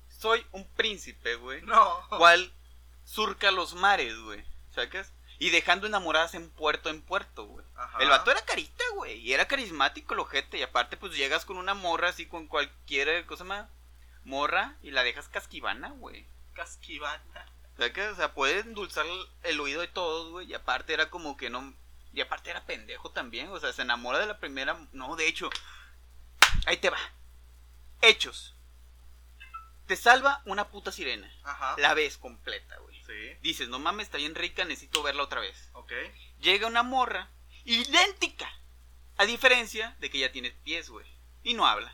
Soy un príncipe, güey. No. Cual surca los mares, güey. ¿Sacas? Y dejando enamoradas en puerto en puerto, güey. Ajá. El vato era carita, güey. Y era carismático el ojete. Y aparte, pues llegas con una morra así, con cualquier eh, cosa más. Morra y la dejas casquivana, güey. Casquivana. ¿Sacas? O sea, puede endulzar el oído de todos, güey. Y aparte era como que no. Y aparte era pendejo también. O sea, se enamora de la primera. No, de hecho. Ahí te va. Hechos. Te salva una puta sirena. Ajá. La ves completa, güey. Sí. Dices, no mames, está bien rica, necesito verla otra vez. Ok. Llega una morra idéntica. A diferencia de que ya tienes pies, güey. Y no habla.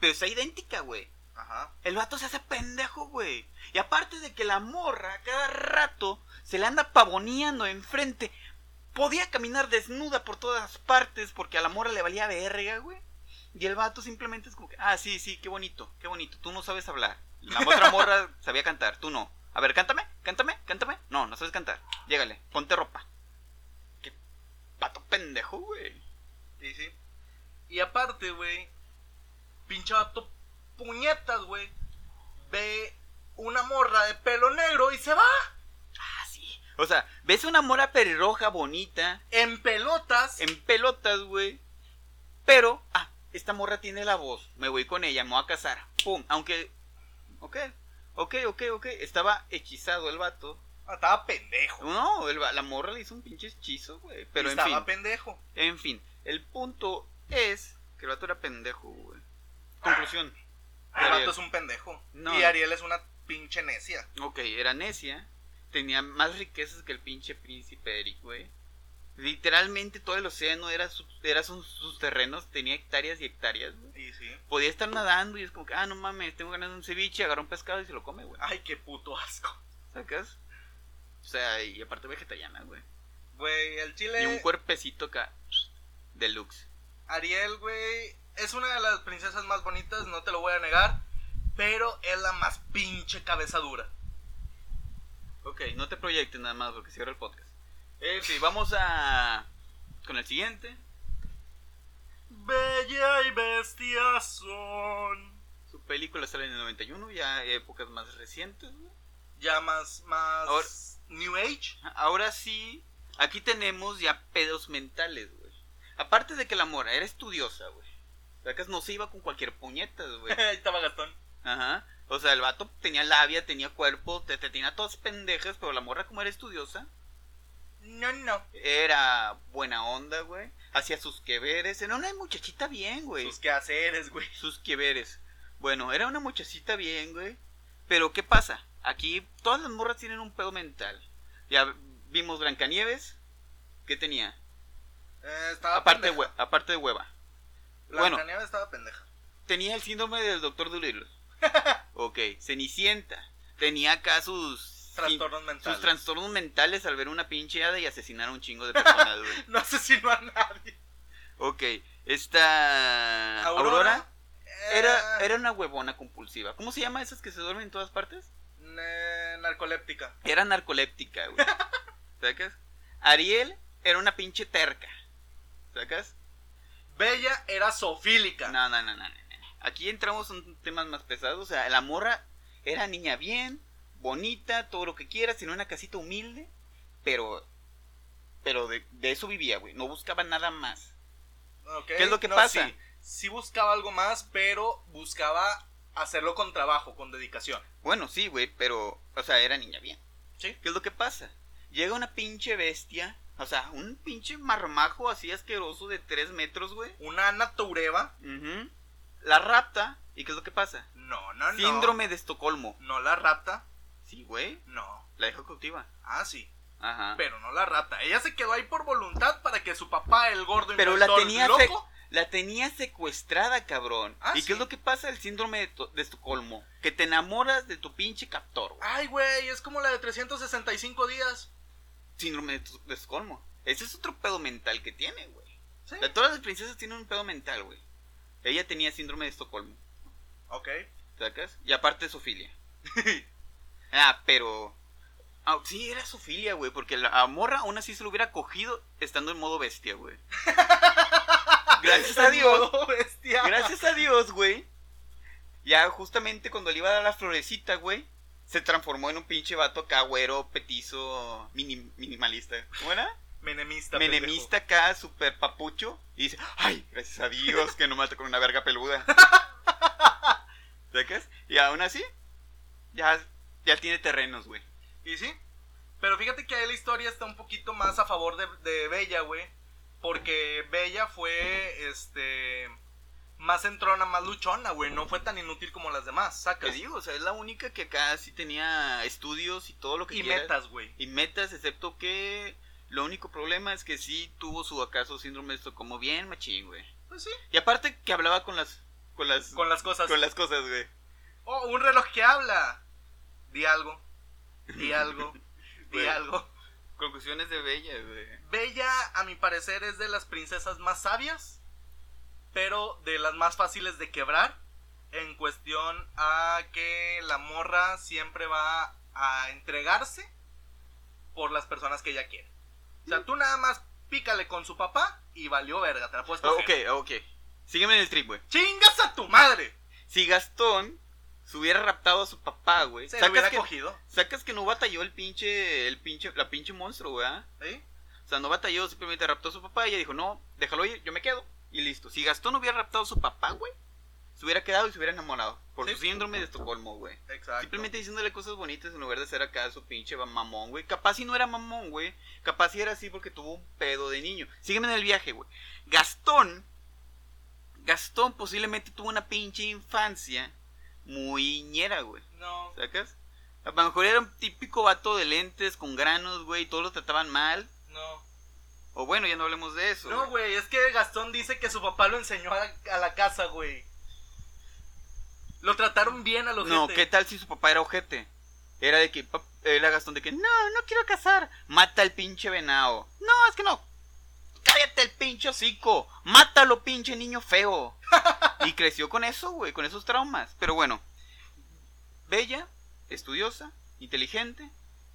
Pero está idéntica, güey. Ajá. El vato se hace pendejo, güey. Y aparte de que la morra a cada rato se le anda pavoneando enfrente. Podía caminar desnuda por todas partes porque a la morra le valía verga, güey. Y el vato simplemente es como que, ah, sí, sí, qué bonito, qué bonito. Tú no sabes hablar. La otra morra sabía cantar, tú no. A ver, cántame, cántame, cántame. No, no sabes cantar. Llégale, ponte ropa. pato pendejo, güey. Sí, sí. Y aparte, güey, pinche vato puñetas, güey, ve una morra de pelo negro y se va Ah, sí. O sea, ves una mora pelirroja bonita, en pelotas. en pelotas, güey. Pero, ah, esta morra tiene la voz. Me voy con ella, me voy a casar. Pum. Aunque, ok, ok, ok, ok. Estaba hechizado el vato. Ah, estaba pendejo. No, el va- la morra le hizo un pinche hechizo, güey. Pero Y en estaba fin. pendejo. En fin, el punto es que el vato era pendejo, güey. Conclusión. El Ariel. vato es un pendejo. No. Y Ariel es una pinche necia. Ok, era necia. Tenía más riquezas que el pinche príncipe Eric, güey. Literalmente todo el océano era, su- era sus, sus terrenos. Tenía hectáreas y hectáreas, güey. Y sí. Podía estar nadando y es como que, ah, no mames, tengo ganas de un ceviche, agarra un pescado y se lo come, güey. Ah, Ay, qué puto asco. ¿Sacas? O sea, y aparte vegetariana, güey. Güey, el chile. Y un cuerpecito acá, deluxe. Ariel, güey, es una de las princesas más bonitas, no te lo voy a negar. Pero es la más pinche cabeza dura. Ok, no te proyectes nada más porque cierro el podcast. En fin, vamos a... con el siguiente. Bella y bestia son. Su película sale en el 91, ya épocas más recientes, güey. Ya más, más. Ahora- New Age. Ahora sí, aquí tenemos ya pedos mentales, güey. Aparte de que la mora era estudiosa, güey. Sacas no se iba con cualquier puñetas, güey. Ahí estaba Gastón. Ajá. O sea, el vato tenía labia, tenía cuerpo, te, te tenía todas pendejas, pero la morra como era estudiosa, No, no. era buena onda, güey. Hacía sus queveres, era una muchachita bien, güey. Sus quehaceres, güey. sus queveres. Bueno, era una muchachita bien, güey. Pero ¿qué pasa? Aquí todas las morras tienen un pedo mental. Ya vimos Blancanieves. ¿Qué tenía? Eh, estaba Aparte de, pendeja. hue- aparte de hueva. Blancanieves bueno. estaba pendeja. Tenía el síndrome del doctor Dolittle. ok, Cenicienta. Tenía acá sus... Trastornos Sus mentales. trastornos mentales al ver una pinche hada y asesinar a un chingo de personas, güey. No asesinó a nadie. Ok, esta... Ah, Aurora, eh, era, era una huevona compulsiva. ¿Cómo se llama esas que se duermen en todas partes? eh, narcoléptica. Era narcoléptica, güey. ¿Sacas? Ariel era una pinche terca. ¿Sacas? Bella era sofílica. No, no, no, no, no, no. Aquí entramos en temas más pesados. O sea, la morra era niña bien, bonita, todo lo que quieras, en una casita humilde, pero. Pero de, de eso vivía, güey. No buscaba nada más. Ok, ¿Qué es lo que pasa? Sí, sí buscaba algo más, pero buscaba hacerlo con trabajo, con dedicación. Bueno, sí, güey, pero. O sea, era niña bien. Sí. ¿Qué es lo que pasa? Llega una pinche bestia. O sea, un pinche marmajo así asqueroso de 3 metros, güey. Una Ana Toureva. Ujú. La rapta. ¿Y qué es lo que pasa? No, Ah, no, no. Síndrome de Estocolmo. No la rapta. Sí, güey. No. La dejó cautiva. Ah, sí. Ajá. Pero no la rapta. Ella se quedó ahí por voluntad para que su papá, el gordo Pero inventor la tenía sec- loco, La tenía secuestrada, cabrón. Ah, ¿Y sí. qué es lo que pasa? El síndrome de, to- de Estocolmo. Que te enamoras de tu pinche captor, güey. Ay, güey, es como la de 365 días. Síndrome de, to- de Estocolmo. Ese es otro pedo mental que tiene, güey. Sí. O sea, todas las princesas tienen un pedo mental, güey. Ella tenía síndrome de Estocolmo. Ok. ¿Sacas? Y aparte Sofilia. ah, pero. ah, sí, era Sofilia, güey. Porque la a morra aún así se lo hubiera cogido estando en modo bestia, güey. Gracias a Dios. Modo bestia. Gracias a Dios, güey. Ya justamente cuando le iba a dar la florecita, güey. Se transformó en un pinche vato acá, güero, petizo, minim- minimalista. ¿Cómo era? Menemista. Menemista acá, super papucho. Y dice, ay, gracias a Dios que no mata con una verga peluda. ¿Sacas? Y aún así, ya, ya tiene terrenos, güey. pendejo. Y sí. Pero fíjate que ahí la historia está un poquito más a favor de, de Bella, güey. Porque Bella fue, este. Más entrona, más luchona, güey. No fue tan inútil como las demás, Que sacas. digo, o sea, es la única que acá sí tenía estudios y todo lo que Y quieras. metas, güey. Y metas, excepto que lo único problema es que sí tuvo su acaso síndrome de Estocolmo bien machín, güey. Pues sí. Y aparte que hablaba con las... Con las... Con las cosas. con las cosas, güey. Oh, un reloj que habla. Di algo. Di algo. Di Güey. algo. Conclusiones de Bella, güey. Bella, a mi parecer, es de las princesas más sabias, pero de las más fáciles de quebrar. En cuestión a que la morra siempre va a entregarse por las personas que ella quiere. O sea, tú nada más pícale con su papá y valió verga, te la puedes Oh, coger. ok, ok. Sígueme en el trip, güey. ¡Chingas a tu madre! Si Gastón se hubiera raptado a su papá, güey. Se lo Sacas hubiera que, cogido. sacas que no batalló el pinche, el pinche, la pinche monstruo, güey. ¿ah? ¿sí? O sea, no batalló, simplemente raptó a su papá y ella dijo, no, déjalo ir, yo me quedo. Y listo. Si Gastón hubiera raptado a su papá, güey, se hubiera quedado y se hubiera enamorado. Por Sí. su síndrome de Estocolmo, güey. Exacto. Simplemente diciéndole cosas bonitas en lugar de ser acá su pinche mamón, güey. Capaz si no era mamón, güey. Capaz si era así porque tuvo un pedo de niño. Sígueme en el viaje, güey. Gastón. Gastón posiblemente tuvo una pinche infancia muy ñera, güey. No. ¿Sacas? A lo mejor era un típico vato de lentes con granos, güey. Todos lo trataban mal. No. O bueno, ya no hablemos de eso. No, güey, es que Gastón dice que su papá lo enseñó a la, a la casa, güey. Lo trataron bien a los No, ¿qué tal si su papá era ojete? Era de que pap- era Gastón de que no, no quiero casar. Mata al pinche venado. No, es que no. Cállate el pinche hocico. Mátalo, pinche niño feo. y creció con eso, güey, con esos traumas. Pero bueno, bella, estudiosa, inteligente,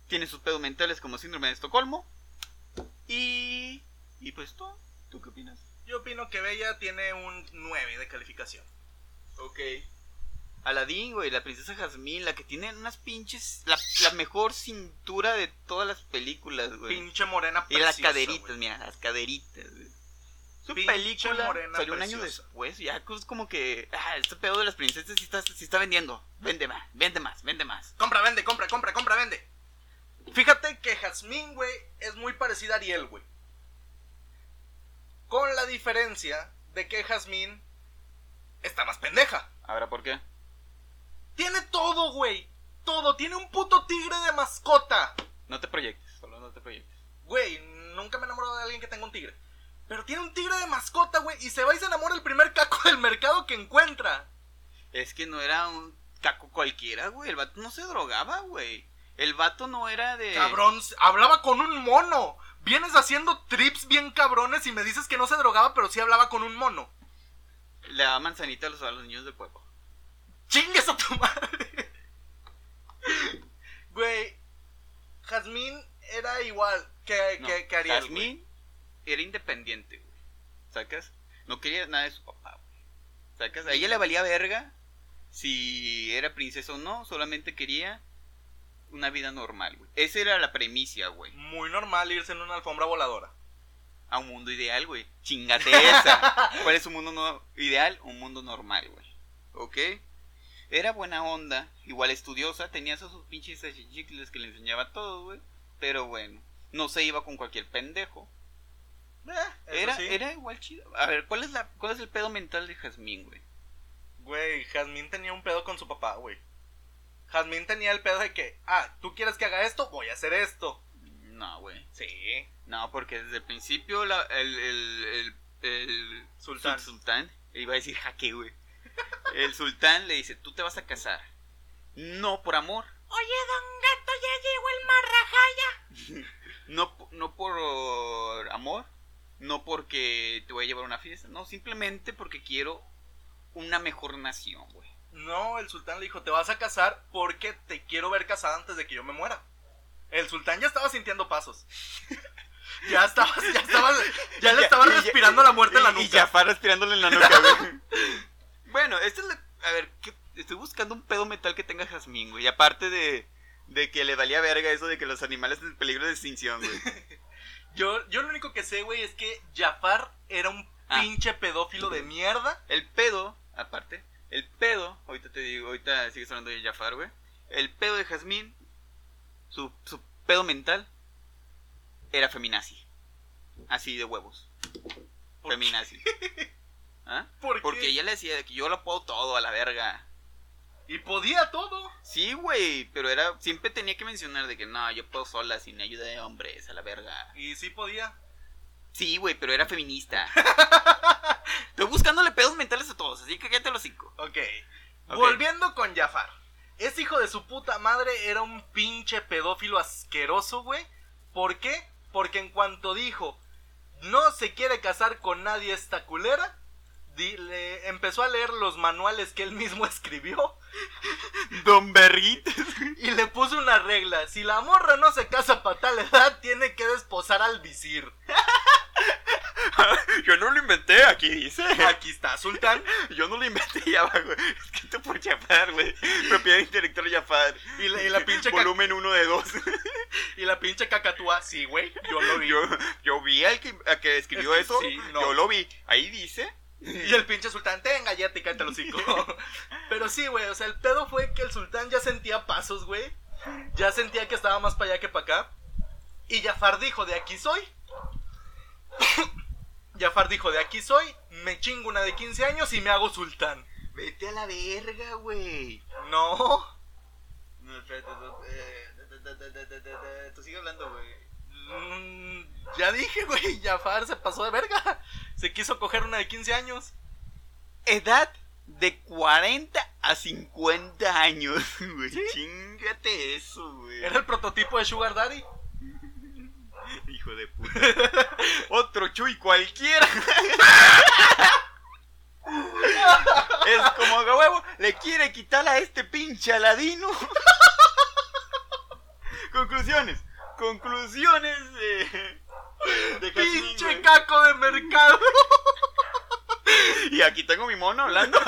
tiene sus pedos mentales como síndrome de Estocolmo. Y. Y pues tú, ¿tú qué opinas? Yo opino que Bella tiene un 9 de calificación. Ok. Aladín, güey, la princesa Jazmín, la que tiene unas pinches. La, la mejor cintura de todas las películas, güey. Pinche morena Y las preciosa, caderitas, güey. mira, las caderitas, güey. Su Pinche película morena salió un año preciosa. después, ya es como que. Ah, este pedo de las princesas sí está, sí está vendiendo. Vende más, vende más, vende más. Compra, vende, compra, compra, compra, vende. Fíjate que Jasmine, güey, es muy parecida a Ariel, güey. Con la diferencia de que Jasmine está más pendeja. Ahora, ¿por qué? Tiene todo, güey. Todo. Tiene un puto tigre de mascota. No te proyectes, solo no te proyectes. Güey, nunca me he enamorado de alguien que tenga un tigre. Pero tiene un tigre de mascota, güey. Y se va y se enamora el primer caco del mercado que encuentra. Es que no era un caco cualquiera, güey. El vato no se drogaba, güey. El vato no era de. Cabrón, s- hablaba con un mono. Vienes haciendo trips bien cabrones y me dices que no se drogaba, pero sí hablaba con un mono. Le daba manzanita a los, a los niños del pueblo. ¡Chingues a tu madre! Güey, Jazmín era igual que, No, que, que Ariel. güey. Jazmín era independiente, güey. ¿Sacas? No quería nada de su papá, güey. ¿Sacas? A ella le valía verga si era princesa o no, solamente quería una vida normal, güey. Esa era la premisa, güey. Muy normal irse en una alfombra voladora. A un mundo ideal, güey. Chingate esa. ¿Cuál es un mundo no ideal? Un mundo normal, güey. ¿Ok? Era buena onda, igual estudiosa, tenía esos sus pinches chichicles que le enseñaba todo, güey. Pero bueno, no se iba con cualquier pendejo. Eh, eso Era, sí. era igual chido. A ver, ¿cuál es, la, ¿cuál es el pedo mental de Jazmín, güey? Güey, Jazmín tenía un pedo con su papá, güey. Jazmín tenía el pedo de que, ah, tú quieres que haga esto, voy a hacer esto. No, güey. Sí. No, porque desde el principio la- el, el, el, el Sultán. sul- sultán, iba a decir jaque, güey. El sultán le dice, tú te vas a casar. No por amor. Oye, don gato, ya llegó el marrajaya. No, po- no por amor. No porque te voy a llevar a una fiesta. No, simplemente porque quiero una mejor nación, güey. No, el sultán le dijo, te vas a casar porque te quiero ver casada antes de que yo me muera. El sultán ya estaba sintiendo pasos. ya estaba, ya estaba, ya le estaba y- y- respirando la muerte en la y- nuca. Y Jafar respirándole en la nuca, güey. bueno, esta es la... A ver, ¿qué- estoy buscando un pedo metal que tenga Jazmín, güey. Aparte de, de que le valía verga eso de que los animales en peligro de extinción, güey. Yo, yo lo único que sé, güey, es que Jafar era un Ah. pinche pedófilo de mierda. El pedo, aparte, el pedo, ahorita te digo, ahorita sigues hablando de Jafar, güey. El pedo de Jazmín, su, su pedo mental, era feminazi. Así de huevos, ¿Por qué? feminazi. ¿Ah? ¿Por qué? Porque ella le decía de que yo lo puedo todo a la verga. Y podía todo. Sí, güey, pero era siempre tenía que mencionar de que no, yo puedo sola sin ayuda de hombres, a la verga. Y sí podía. Sí, güey, pero era feminista. Estoy buscándole pedos mentales a todos, así que cállate los cinco. Ok. Ok. Volviendo con Jafar. Ese hijo de su puta madre era un pinche pedófilo asqueroso, güey. ¿Por qué? Porque en cuanto dijo, no se quiere casar con nadie esta culera, di- le empezó a leer los manuales que él mismo escribió Don Berritos. y le puso una regla. Si la morra no se casa para tal edad, tiene que desposar al visir. Yo no lo inventé, aquí dice. Aquí está, Sultán. Yo no lo inventé ya güey. Escrito por Jafar, güey. Propiedad intelectual Jafar. Y la, y la pinche, ca- Volumen 1 de 2. y la pinche cacatúa, sí, güey. Yo lo vi. Yo, yo vi al que, al que escribió Es que eso. sí, no. Yo lo vi. Ahí dice. Y el pinche sultán, tenga, ya te canta los hocico. Pero sí, güey, o sea, el pedo fue que el sultán ya sentía pasos, güey. Ya sentía que estaba más para allá que para acá. Y Jafar dijo, de aquí soy. Jafar dijo, de aquí soy, me chingo una de 15 años y me hago sultán. Vete a la verga, güey. No, No, espérate, no, eh, da, da, da, da, da, da, da. Tú sigue hablando, güey. Mm, ya dije, güey, Jafar se pasó de verga. Se quiso coger una de 15 años. Edad de 40 a 50 años, güey. Chingate eso, güey. Era el prototipo de Sugar Daddy. Hijo de puta. Otro chuy cualquiera. es como a huevo, le quiere quitar a este pinche aladino. conclusiones, conclusiones de. de Jazmín, Pinche güey. caco de mercado. Y aquí tengo mi mono hablando.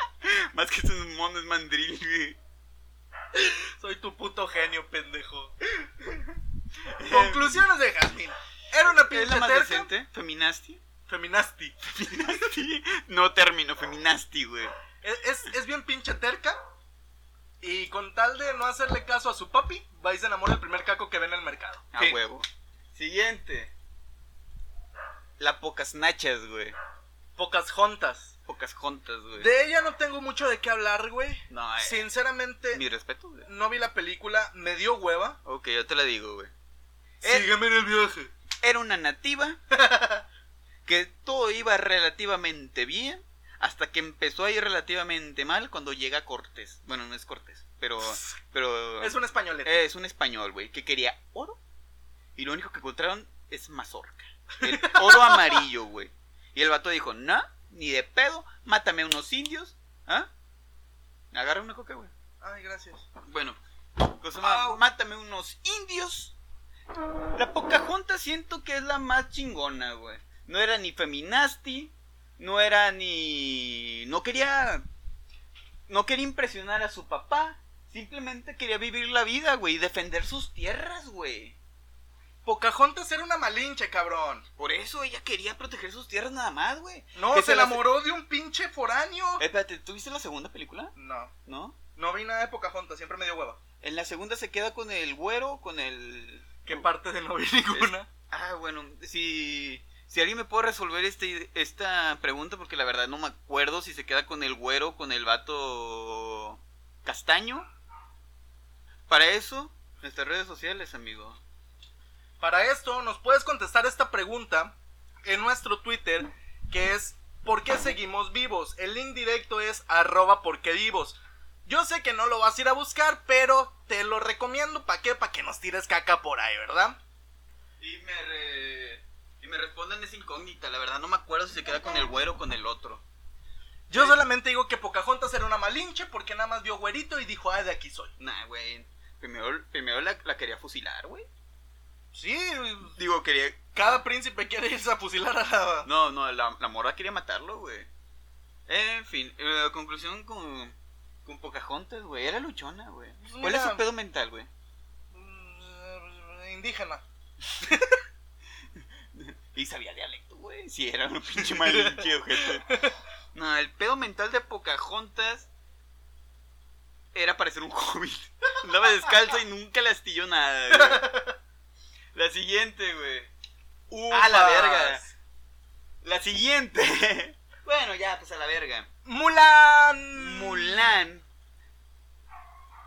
Más que es un mono, es mandril, güey. Soy tu puto genio, pendejo. Conclusiones de Jasmine. Era una ¿Es pinche la más terca. decente? ¿Feminasti? Feminasti. Feminasti. No término, feminasti, güey. Es, es- es bien pinche terca. Y con tal de no hacerle caso a su papi, va y se enamora del primer caco que ve en el mercado. A Sí. huevo. Siguiente. La pocas nachas, güey. Pocas juntas. Pocas juntas, güey. De ella no tengo mucho de qué hablar, güey. No, eh, Sinceramente, mi respeto, güey. no vi la película, me dio hueva. Ok, yo te la digo, güey. Eh. Sígueme en el viaje. Era una nativa que todo iba relativamente bien hasta que empezó a ir relativamente mal cuando llega Cortés. Bueno, no es Cortés, pero pero Es un españolete. Eh, Es un español, güey, que quería oro. Y lo único que encontraron es mazorca. El oro amarillo, güey. Y el vato dijo, no, ni de pedo, mátame a unos indios. ¿Ah? Agarra una coca, güey. Ay, gracias. Bueno, cosa más, mátame unos indios. La Pocahontas siento que es la más chingona, güey. No era ni feminasti, no era ni... No quería... No quería impresionar a su papá. Simplemente quería vivir la vida, güey, y defender sus tierras, güey. Pocahontas era una malinche, cabrón. Por eso ella quería proteger sus tierras nada más, güey. No, Que se se la- enamoró de un pinche foráneo. Eh, Espérate, ¿tú viste la segunda película? No, ¿No? no vi nada de Pocahontas, siempre me dio hueva. En la segunda se queda con el güero, con el... ¿Qué parte de no vi ninguna? Ah, bueno, si, si alguien me puede resolver este, esta pregunta, porque la verdad no me acuerdo si se queda con el güero, con el vato castaño. Para eso, nuestras redes sociales, amigo. Para esto, nos puedes contestar esta pregunta en nuestro Twitter, que es ¿Por qué seguimos vivos? El link directo es arroba porque vivos. Yo sé que no lo vas a ir a buscar, pero te lo recomiendo. ¿Para qué? Para que nos tires caca por ahí, ¿verdad? Y me, y me responden esa incógnita, la verdad no me acuerdo si se queda con el güero o con el otro. Yo solamente digo que Pocahontas era una malinche porque nada más vio güerito y dijo, ah, de aquí soy. Nah, güey. Primero, primero la, la quería fusilar, güey. Sí, Digo, quería... cada príncipe quiere irse a fusilar a la... No, no, la, la morra quería matarlo, güey. En fin, eh, conclusión con, con Pocahontas, güey. Era luchona, güey. Pues ¿Cuál es mira. su pedo mental, güey? Mm, Indígena. Y sabía dialecto, güey. Sí, era un pinche malinche, ojete. No, el pedo mental de Pocahontas era parecer un hobbit. Andaba descalzo y nunca le astilló nada, güey. La siguiente, güey. A la verga. La siguiente. Bueno, ya, pues a la verga. Mulan. Mulan.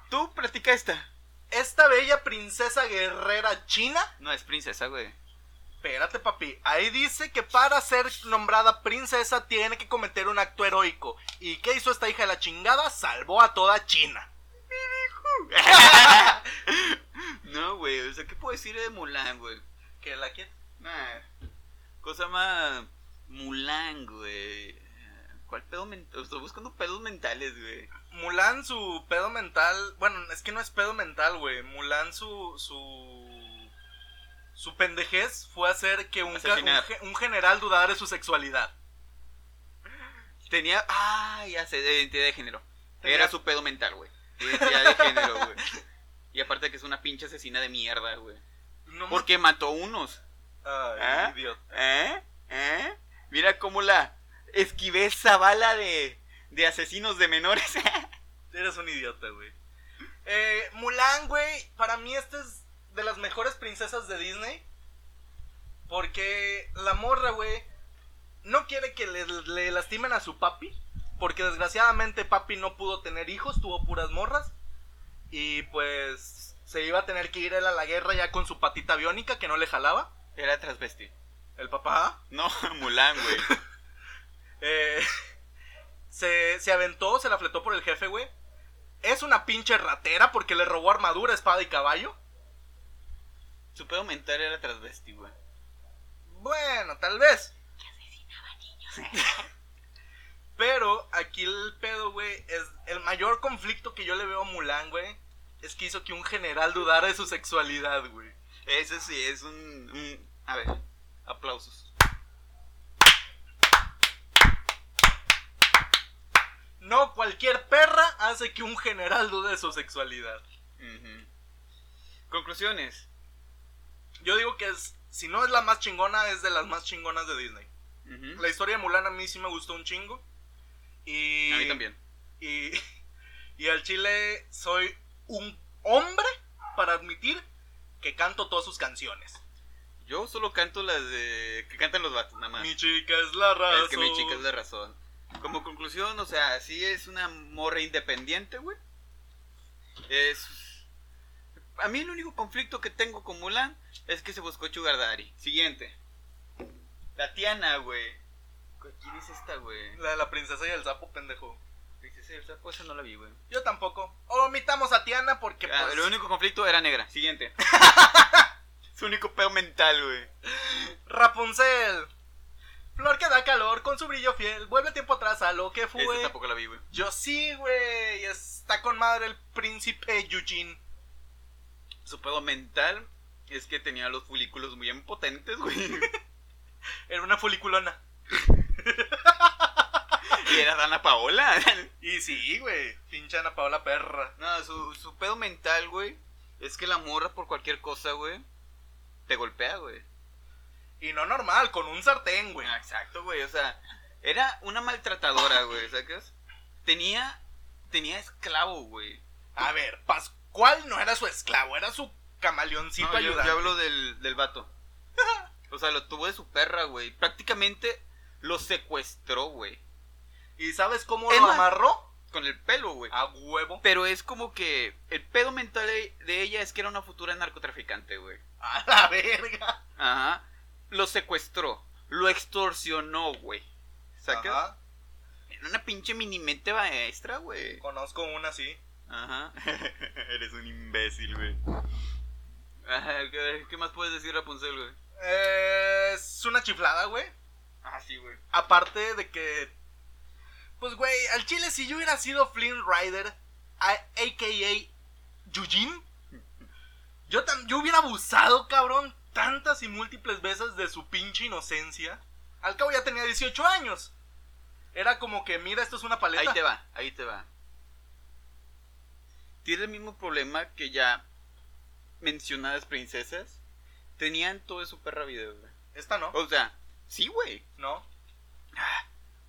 Tú practica esta. Esta bella princesa guerrera china. No, es princesa, güey. Espérate, papi. Ahí dice que para ser nombrada princesa tiene que cometer un acto heroico. ¿Y qué hizo esta hija de la chingada? Salvó a toda China. No, güey. O sea, ¿qué puedo decir de Mulan, güey? ¿Que la quién? Nah. Cosa más. Mulan, güey. ¿Cuál pedo mental? Estoy buscando pedos mentales, güey. Mulan, su pedo mental. Bueno, es que no es pedo mental, güey. Mulan, su. su. Su pendejez fue hacer que un, ca- un Asesinar. ge- un general dudara de su sexualidad. Tenía. Ah, ya sé, de identidad de género. Tenía- Era su pedo mental, güey. Identidad de género, güey. Y aparte que es una pinche asesina de mierda, güey. No ma- Porque mató unos. Ay, ¿Ah? idiota. ¿Eh? ¿Eh? Mira cómo la esquivé esa bala de, de asesinos de menores. Eres un idiota, güey. Eh, Mulan, güey, para mí esta es de las mejores princesas de Disney. Porque la morra, güey, no quiere que le, le lastimen a su papi. Porque desgraciadamente papi no pudo tener hijos, tuvo puras morras. Y pues se iba a tener que ir él a la guerra ya con su patita biónica que no le jalaba. Era transvesti. El papá No, Mulan, güey. eh, se, se aventó, se la fletó por el jefe, güey. Es una pinche ratera porque le robó armadura, espada y caballo. Su pedo mental era transvesti, güey. Bueno, tal vez. Pero aquí el pedo, güey, es el mayor conflicto que yo le veo a Mulan, güey, es que hizo que un general dudara de su sexualidad, güey. Eso sí, es un, un- A ver, aplausos. No cualquier perra hace que un general dude de su sexualidad. Ujú. Conclusiones. Yo digo que es, si no es la más chingona, es de las más chingonas de Disney. Ujú. La historia de Mulan a mí sí me gustó un chingo. Y A mí también. Y, y al chile soy un hombre para admitir que canto todas sus canciones. Yo solo canto las de... que cantan los vatos, nada más. Mi chica es la razón. Ah. Es que mi chica es la razón. Como conclusión, o sea, sí es una morra independiente, güey. Es... A mí el único conflicto que tengo con Mulan es que se buscó Sugar Daddy. Siguiente. Tatiana, güey. ¿Cu- ¿Quién es esta, güey? La de la princesa y el sapo, pendejo. Princesa del Sapo, esa no la vi, güey. Yo tampoco. Omitamos a Tiana porque Ah, pues, El único conflicto era negra. Siguiente. Su único pedo mental, güey. Rapunzel. Flor que da calor con su brillo fiel. Vuelve tiempo atrás a lo que fue. Esta tampoco la vi, güey. Yo sí, güey. Está con madre el príncipe Eugene. Su pedo mental es que tenía los folículos muy impotentes, güey. Era una foliculona. Y era Dana Paola. Y sí, güey. Pinche Ana Paola perra. No, su, su pedo mental, güey, es que la morra por cualquier cosa, güey, te golpea, güey. Y no normal, con un sartén, güey. Ah, Exacto, güey, o sea, era una maltratadora, güey, ¿sacas? Tenía, tenía esclavo, güey. A ver, Pascual no era su esclavo, era su camaleoncito No, yo, ayudante. yo hablo del, del vato. O sea, lo tuvo de su perra, güey. Prácticamente lo secuestró, güey. ¿Y sabes cómo Es lo más- amarró? Con el pelo, güey. A huevo. Pero es como que el pedo mental de- de ella es que era una futura narcotraficante, güey. A la verga. Ajá. Lo secuestró. Lo extorsionó, güey. ¿Sacas? Ajá, Era una pinche mini mente maestra, güey. Conozco una así. Ajá. Eres un imbécil, güey. Ajá, ¿qué, qué más puedes decir, Rapunzel, güey? Eh, es una chiflada, güey. Ah, sí, güey. Aparte de que. Pues, güey, al chile, si yo hubiera sido Flynn Rider, a- a.k.a. Eugene, yo, tam- yo hubiera abusado, cabrón, tantas y múltiples veces de su pinche inocencia. Al cabo ya tenía 18 años. Era como que, mira, esto es una paleta. Ahí te va, ahí te va. Tiene el mismo problema que ya mencionadas princesas tenían todo su perra video, güey. Esta no, O sea, sí, güey. no.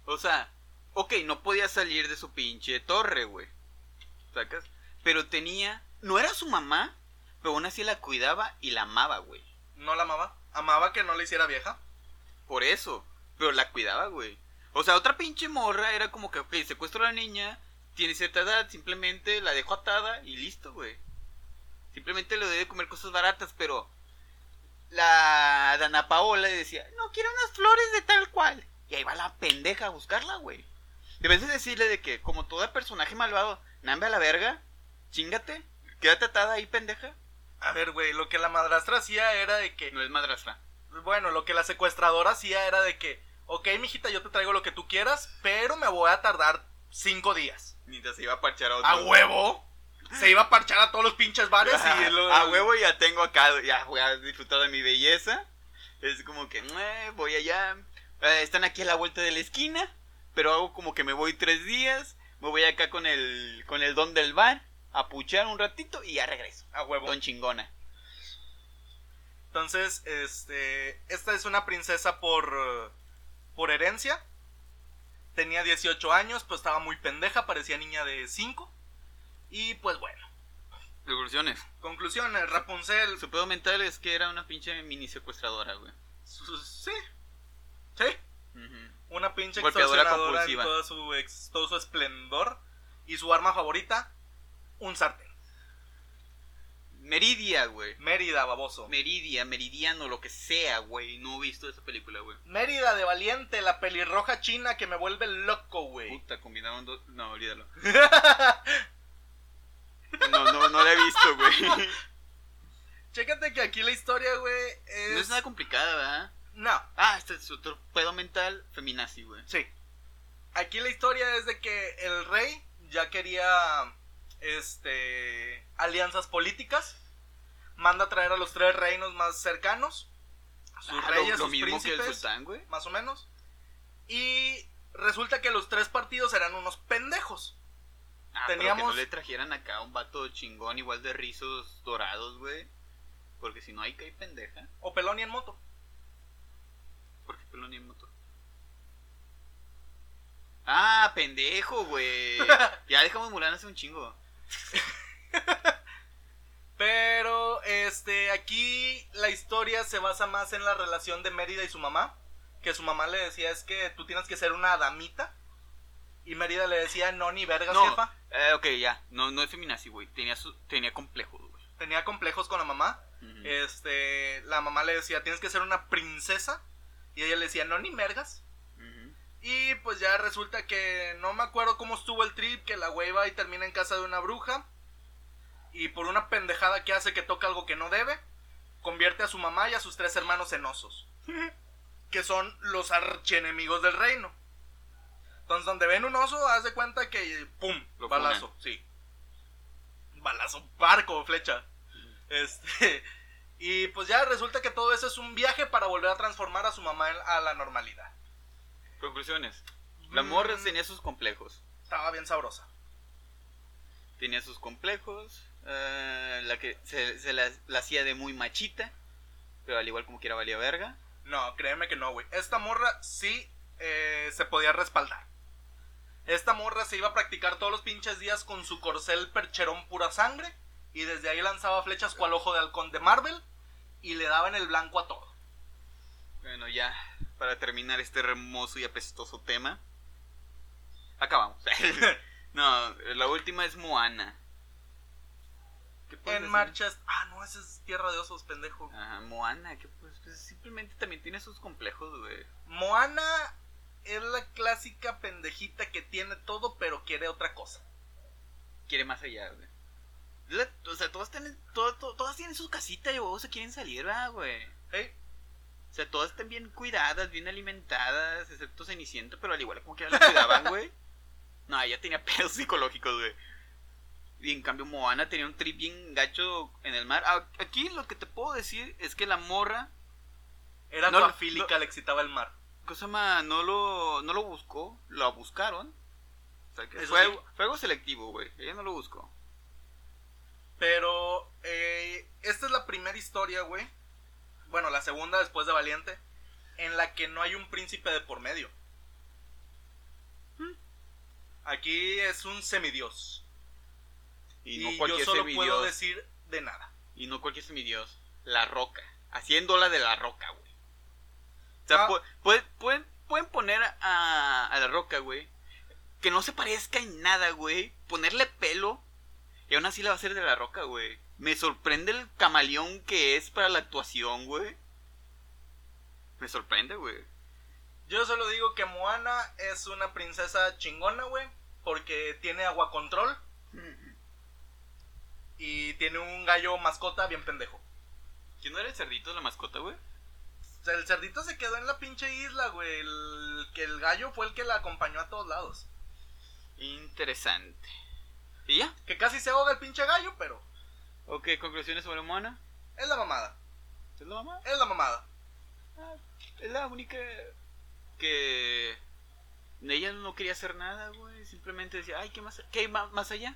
O sea, ok, no podía salir de su pinche torre, güey. ¿Sacas? Pero tenía. No era su mamá, pero aún así la cuidaba y la amaba, güey. No la amaba. Amaba que no le hiciera vieja. Por eso. Pero la cuidaba, güey. O sea, otra pinche morra era como que, ok, secuestro a la niña, tiene cierta edad, simplemente la dejo atada y listo, güey. Simplemente le doy de comer cosas baratas, pero. La Dana Paola decía, no quiero unas flores de tal cual. Y ahí va la pendeja a buscarla, güey. Debes de decirle de que, como todo personaje malvado, nambe a la verga, chingate, quédate atada ahí, pendeja. A ver, güey, lo que la madrastra hacía era de que. No es madrastra. Bueno, lo que la secuestradora hacía era de que, ok, mijita, yo te traigo lo que tú quieras, pero me voy a tardar cinco días. Ah, Ni se iba a parchar a otro. ¡A huevo! se iba a parchar a todos los pinches bares y lo- A huevo ya tengo acá, ya voy a disfrutar de mi belleza. Es como que, "Eh, voy allá. eh, están aquí a la vuelta de la esquina, pero hago como que me voy tres días. Me voy acá con el, con el don del bar, a puchar un ratito y ya regreso. a huevo. Don chingona. Entonces, este, esta es una princesa por, eh, por herencia. Tenía 18 años, pues estaba muy pendeja, parecía niña de 5. Y pues bueno, Conclusiones. conclusiones, Rapunzel, Su pedo mental es que era una pinche mini secuestradora, güey. su- su- sí, sí, Ujú. una pinche Golpeadora extorsionadora en compulsiva. todo su, ex- todo su esplendor. Y su arma favorita, un sartén. Meridia, güey. Mérida, baboso. Meridia, Meridiano, lo que sea, güey. No he visto esa película, güey. Mérida de Valiente, la pelirroja china que me vuelve loco, güey. Puta, combinaron dos. No, olvídalo. No, no, no la he visto, güey. Chécate que aquí la historia, güey, es... No es nada complicada, ¿verdad? no. Ah, este es otro pedo mental feminazi, güey. Sí. Aquí la historia es de que el rey ya quería este alianzas políticas. Manda a traer a los tres reinos más cercanos, sus Ah, lo- reyes, lo, sus mismo que el príncipes, sultán, güey. más o menos. Y resulta que los tres partidos eran unos pendejos. Ah, Teníamos- pero que no le trajeran acá un vato chingón igual de rizos dorados, güey. Porque si no, ahí cae pendeja. O pelón y en moto. Porque pelo ni en moto. Ah, pendejo, güey. ya dejamos Mulan hace un chingo. Pero este aquí la historia se basa más en la relación de Mérida y su mamá, que su mamá le decía es que tú tienes que ser una damita y Mérida le decía no ni vergas No. jefa, Eh, ok, ya. No, no es feminazi, güey. Tenía, su- tenía complejo, güey. tenía complejos con la mamá, Ujú. este la mamá le decía tienes que ser una princesa y ella le decía no ni mergas Ujú. y pues ya resulta que no me acuerdo cómo estuvo el trip que la güey va y termina en casa de una bruja y por una pendejada que hace que toca algo que no debe convierte a su mamá y a sus tres hermanos en osos, que son los archienemigos del reino. Entonces, donde ven un oso, haz de cuenta que pum, Lo balazo, sí. Balazo, barco, flecha. Este, y pues ya resulta que todo eso es un viaje para volver a transformar a su mamá en- a la normalidad. Conclusiones. La morra Mm, tenía sus complejos. estaba bien sabrosa. Tenía sus complejos. eh, la que se, se la, la hacía de muy machita. Pero al igual como quiera valía verga. No, créeme que no, güey. Esta morra sí eh, se podía respaldar. Esta morra se iba a practicar todos los pinches días con su corcel percherón pura sangre. Y desde ahí lanzaba flechas cual ojo de halcón de Marvel. Y le daba en el blanco a todo. Bueno, ya. Para terminar este hermoso y apestoso tema. Acabamos. no, la última es Moana. ¿Qué puedes En decir? Ah. marchas. Ah, no, esa es tierra de osos, pendejo. Ajá, Moana, que pues, pues, simplemente también tiene sus complejos, güey. Moana es la clásica pendejita que tiene todo, pero quiere otra cosa. Quiere más allá, güey. La- o sea, todas tienen, to- to- todas tienen su casita y huevos se quieren salir, ¿verdad, güey. ¿Eh? O sea, todas están bien cuidadas, bien alimentadas, excepto Cenicienta, pero al igual como que la cuidaban, güey. No, ella tenía pedos psicológicos, güey. Y en cambio Moana tenía un trip bien gacho en el mar. Ah, Aquí lo que te puedo decir es que la morra, Era No, no, acuafílica, le excitaba el mar. cosa más, no lo, no lo buscó, lo buscaron. O sea, que Eso fue, sí. fue algo selectivo, güey. Ella no lo buscó. Pero eh, esta es la primera historia, güey. Bueno, la segunda después de Valiente. En la que no hay un príncipe de por medio. Hmm. Aquí es un semidios. Y Y, no yo cualquier solo semidios. puedo decir de nada. Y no cualquier semidios. La roca. Haciéndola de la roca, güey. O sea, Ah. pu- puede- pueden, pueden poner a, a la roca, güey. Que no se parezca en nada, güey. Ponerle pelo. Y aún así la va a hacer de la roca, güey. Me sorprende el camaleón que es para la actuación, güey. Me sorprende, güey. Yo solo digo que Moana es una princesa chingona, güey. Porque tiene agua control. Y tiene un gallo mascota bien pendejo. ¿Quién no era el cerdito, la mascota, güey? O sea, el cerdito se quedó en la pinche isla, güey. El, que el gallo fue el que la acompañó a todos lados. Interesante. ¿Y ya? Que casi se ahoga el pinche gallo, pero Ok, conclusiones sobre Moana. es la mamada. ¿Es la mamá? Es la mamada. Es la única que ella no quería hacer nada, güey. Simplemente decía, ay, ¿qué más, qué hay ma- más allá?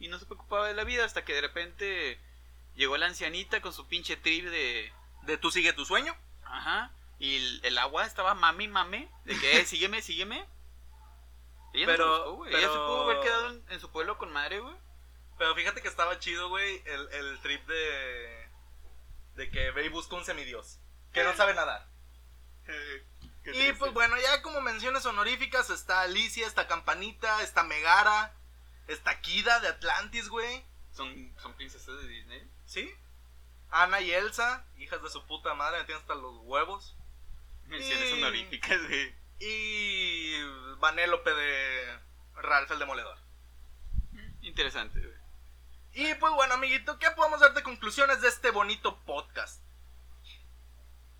Y no se preocupaba de la vida hasta que de repente llegó la ancianita con su pinche trip de... De tú sigue tu sueño. Ajá. Y el, el agua estaba mami, mame. De que, "Eh, sígueme, sígueme. Ella no Pero- se buscó, güey. Ella se pero- pudo haber quedado en, en su pueblo con madre, güey. Pero fíjate que estaba chido, güey, el, el trip de. De que ve y busca un semidios. Que no sabe nadar. Eh, Y pues bueno, ya como menciones honoríficas está Alicia, está Campanita, está Megara, está Kida de Atlantis, güey. Son, son princesas de Disney. ¿Sí? Ana y Elsa, hijas de su puta madre, me tienen hasta los huevos. Menciones Y- honoríficas, güey. Y Vanellope de Ralph el Demoledor. Interesante, güey. Y pues bueno, amiguito, ¿qué podemos dar de conclusiones de este bonito podcast?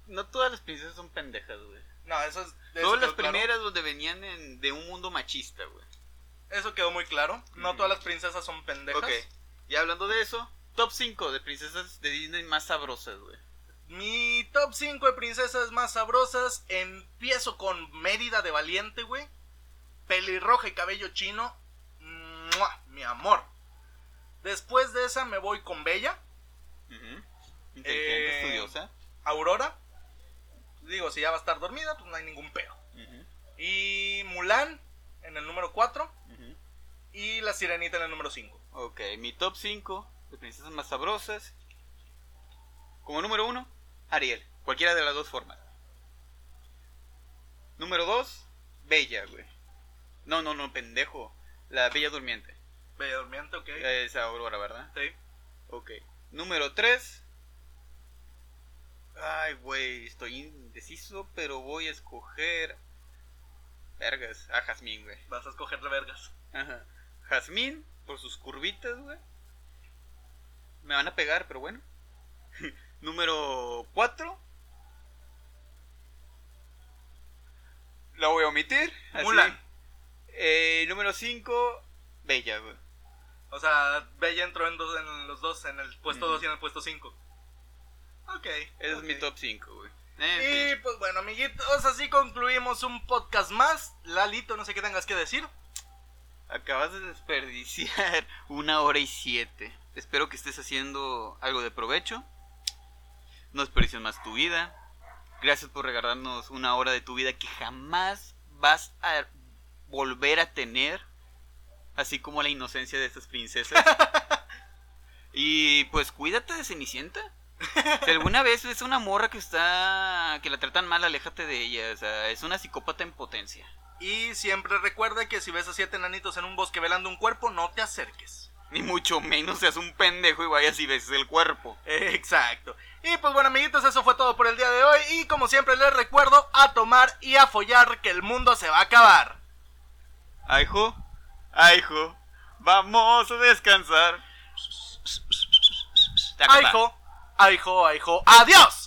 No todas las princesas son pendejas, güey. No, eso es... eso Todas las quedó claro. primeras donde venían en- de un mundo machista, güey. Eso quedó muy claro. No Mm. todas las princesas son pendejas. Ok. Y hablando de eso, top 5 de princesas de Disney más sabrosas, güey. Mi top 5 de princesas más sabrosas. Empiezo con Mérida de Valiente, güey. Pelirroja y cabello chino. ¡Mua! Mi amor. Después de esa me voy con Bella, Inteligente, Eh, estudiosa. Aurora. Digo, si ya va a estar dormida, pues no hay ningún pedo. Ujú, Y Mulan en el número 4. ujú. Y la Sirenita en el número 5. Ok, mi top 5 de princesas más sabrosas. Como número 1, Ariel. Cualquiera de las dos formas. Número 2, Bella, güey. No, no, no, pendejo. La Bella Durmiente. Bella Durmiente, ok. Es Aurora, ¿verdad? Sí. Ok. Número 3. Ay, güey, estoy indeciso, pero voy a escoger. Vergas, a Jazmín, güey. Vas a escogerle vergas. Ajá. Jazmín, por sus curvitas, güey. Me van a pegar, pero bueno. Número 4. La voy a omitir. así. Mulan. Eh, número 5, Bella, güey. O sea, Bella entró en, dos, en los dos, en el puesto Ujú. 2 y en el puesto 5. Ok. Ese ok. es mi top 5, güey. En fin. Y pues bueno, amiguitos, así concluimos un podcast más. Lalito, no sé qué tengas que decir. Acabas de desperdiciar una hora y siete. Espero que estés haciendo algo de provecho. No desperdicies más tu vida. Gracias por regalarnos una hora de tu vida que jamás vas a volver a tener. Así como la inocencia de estas princesas. y pues cuídate de Cenicienta. Si alguna vez es una morra que está. que la tratan mal, aléjate de ella. O sea, es una psicópata en potencia. Y siempre recuerda que si ves a siete enanitos en un bosque velando un cuerpo, no te acerques. Ni mucho menos seas un pendejo y vayas y beses el cuerpo. Exacto. Y pues bueno, amiguitos, eso fue todo por el día de hoy. Y como siempre les recuerdo, a tomar y a follar que el mundo se va a acabar. Aijo, aijo, vamos a descansar. Aijo, aijo, aijo. ¡Adiós!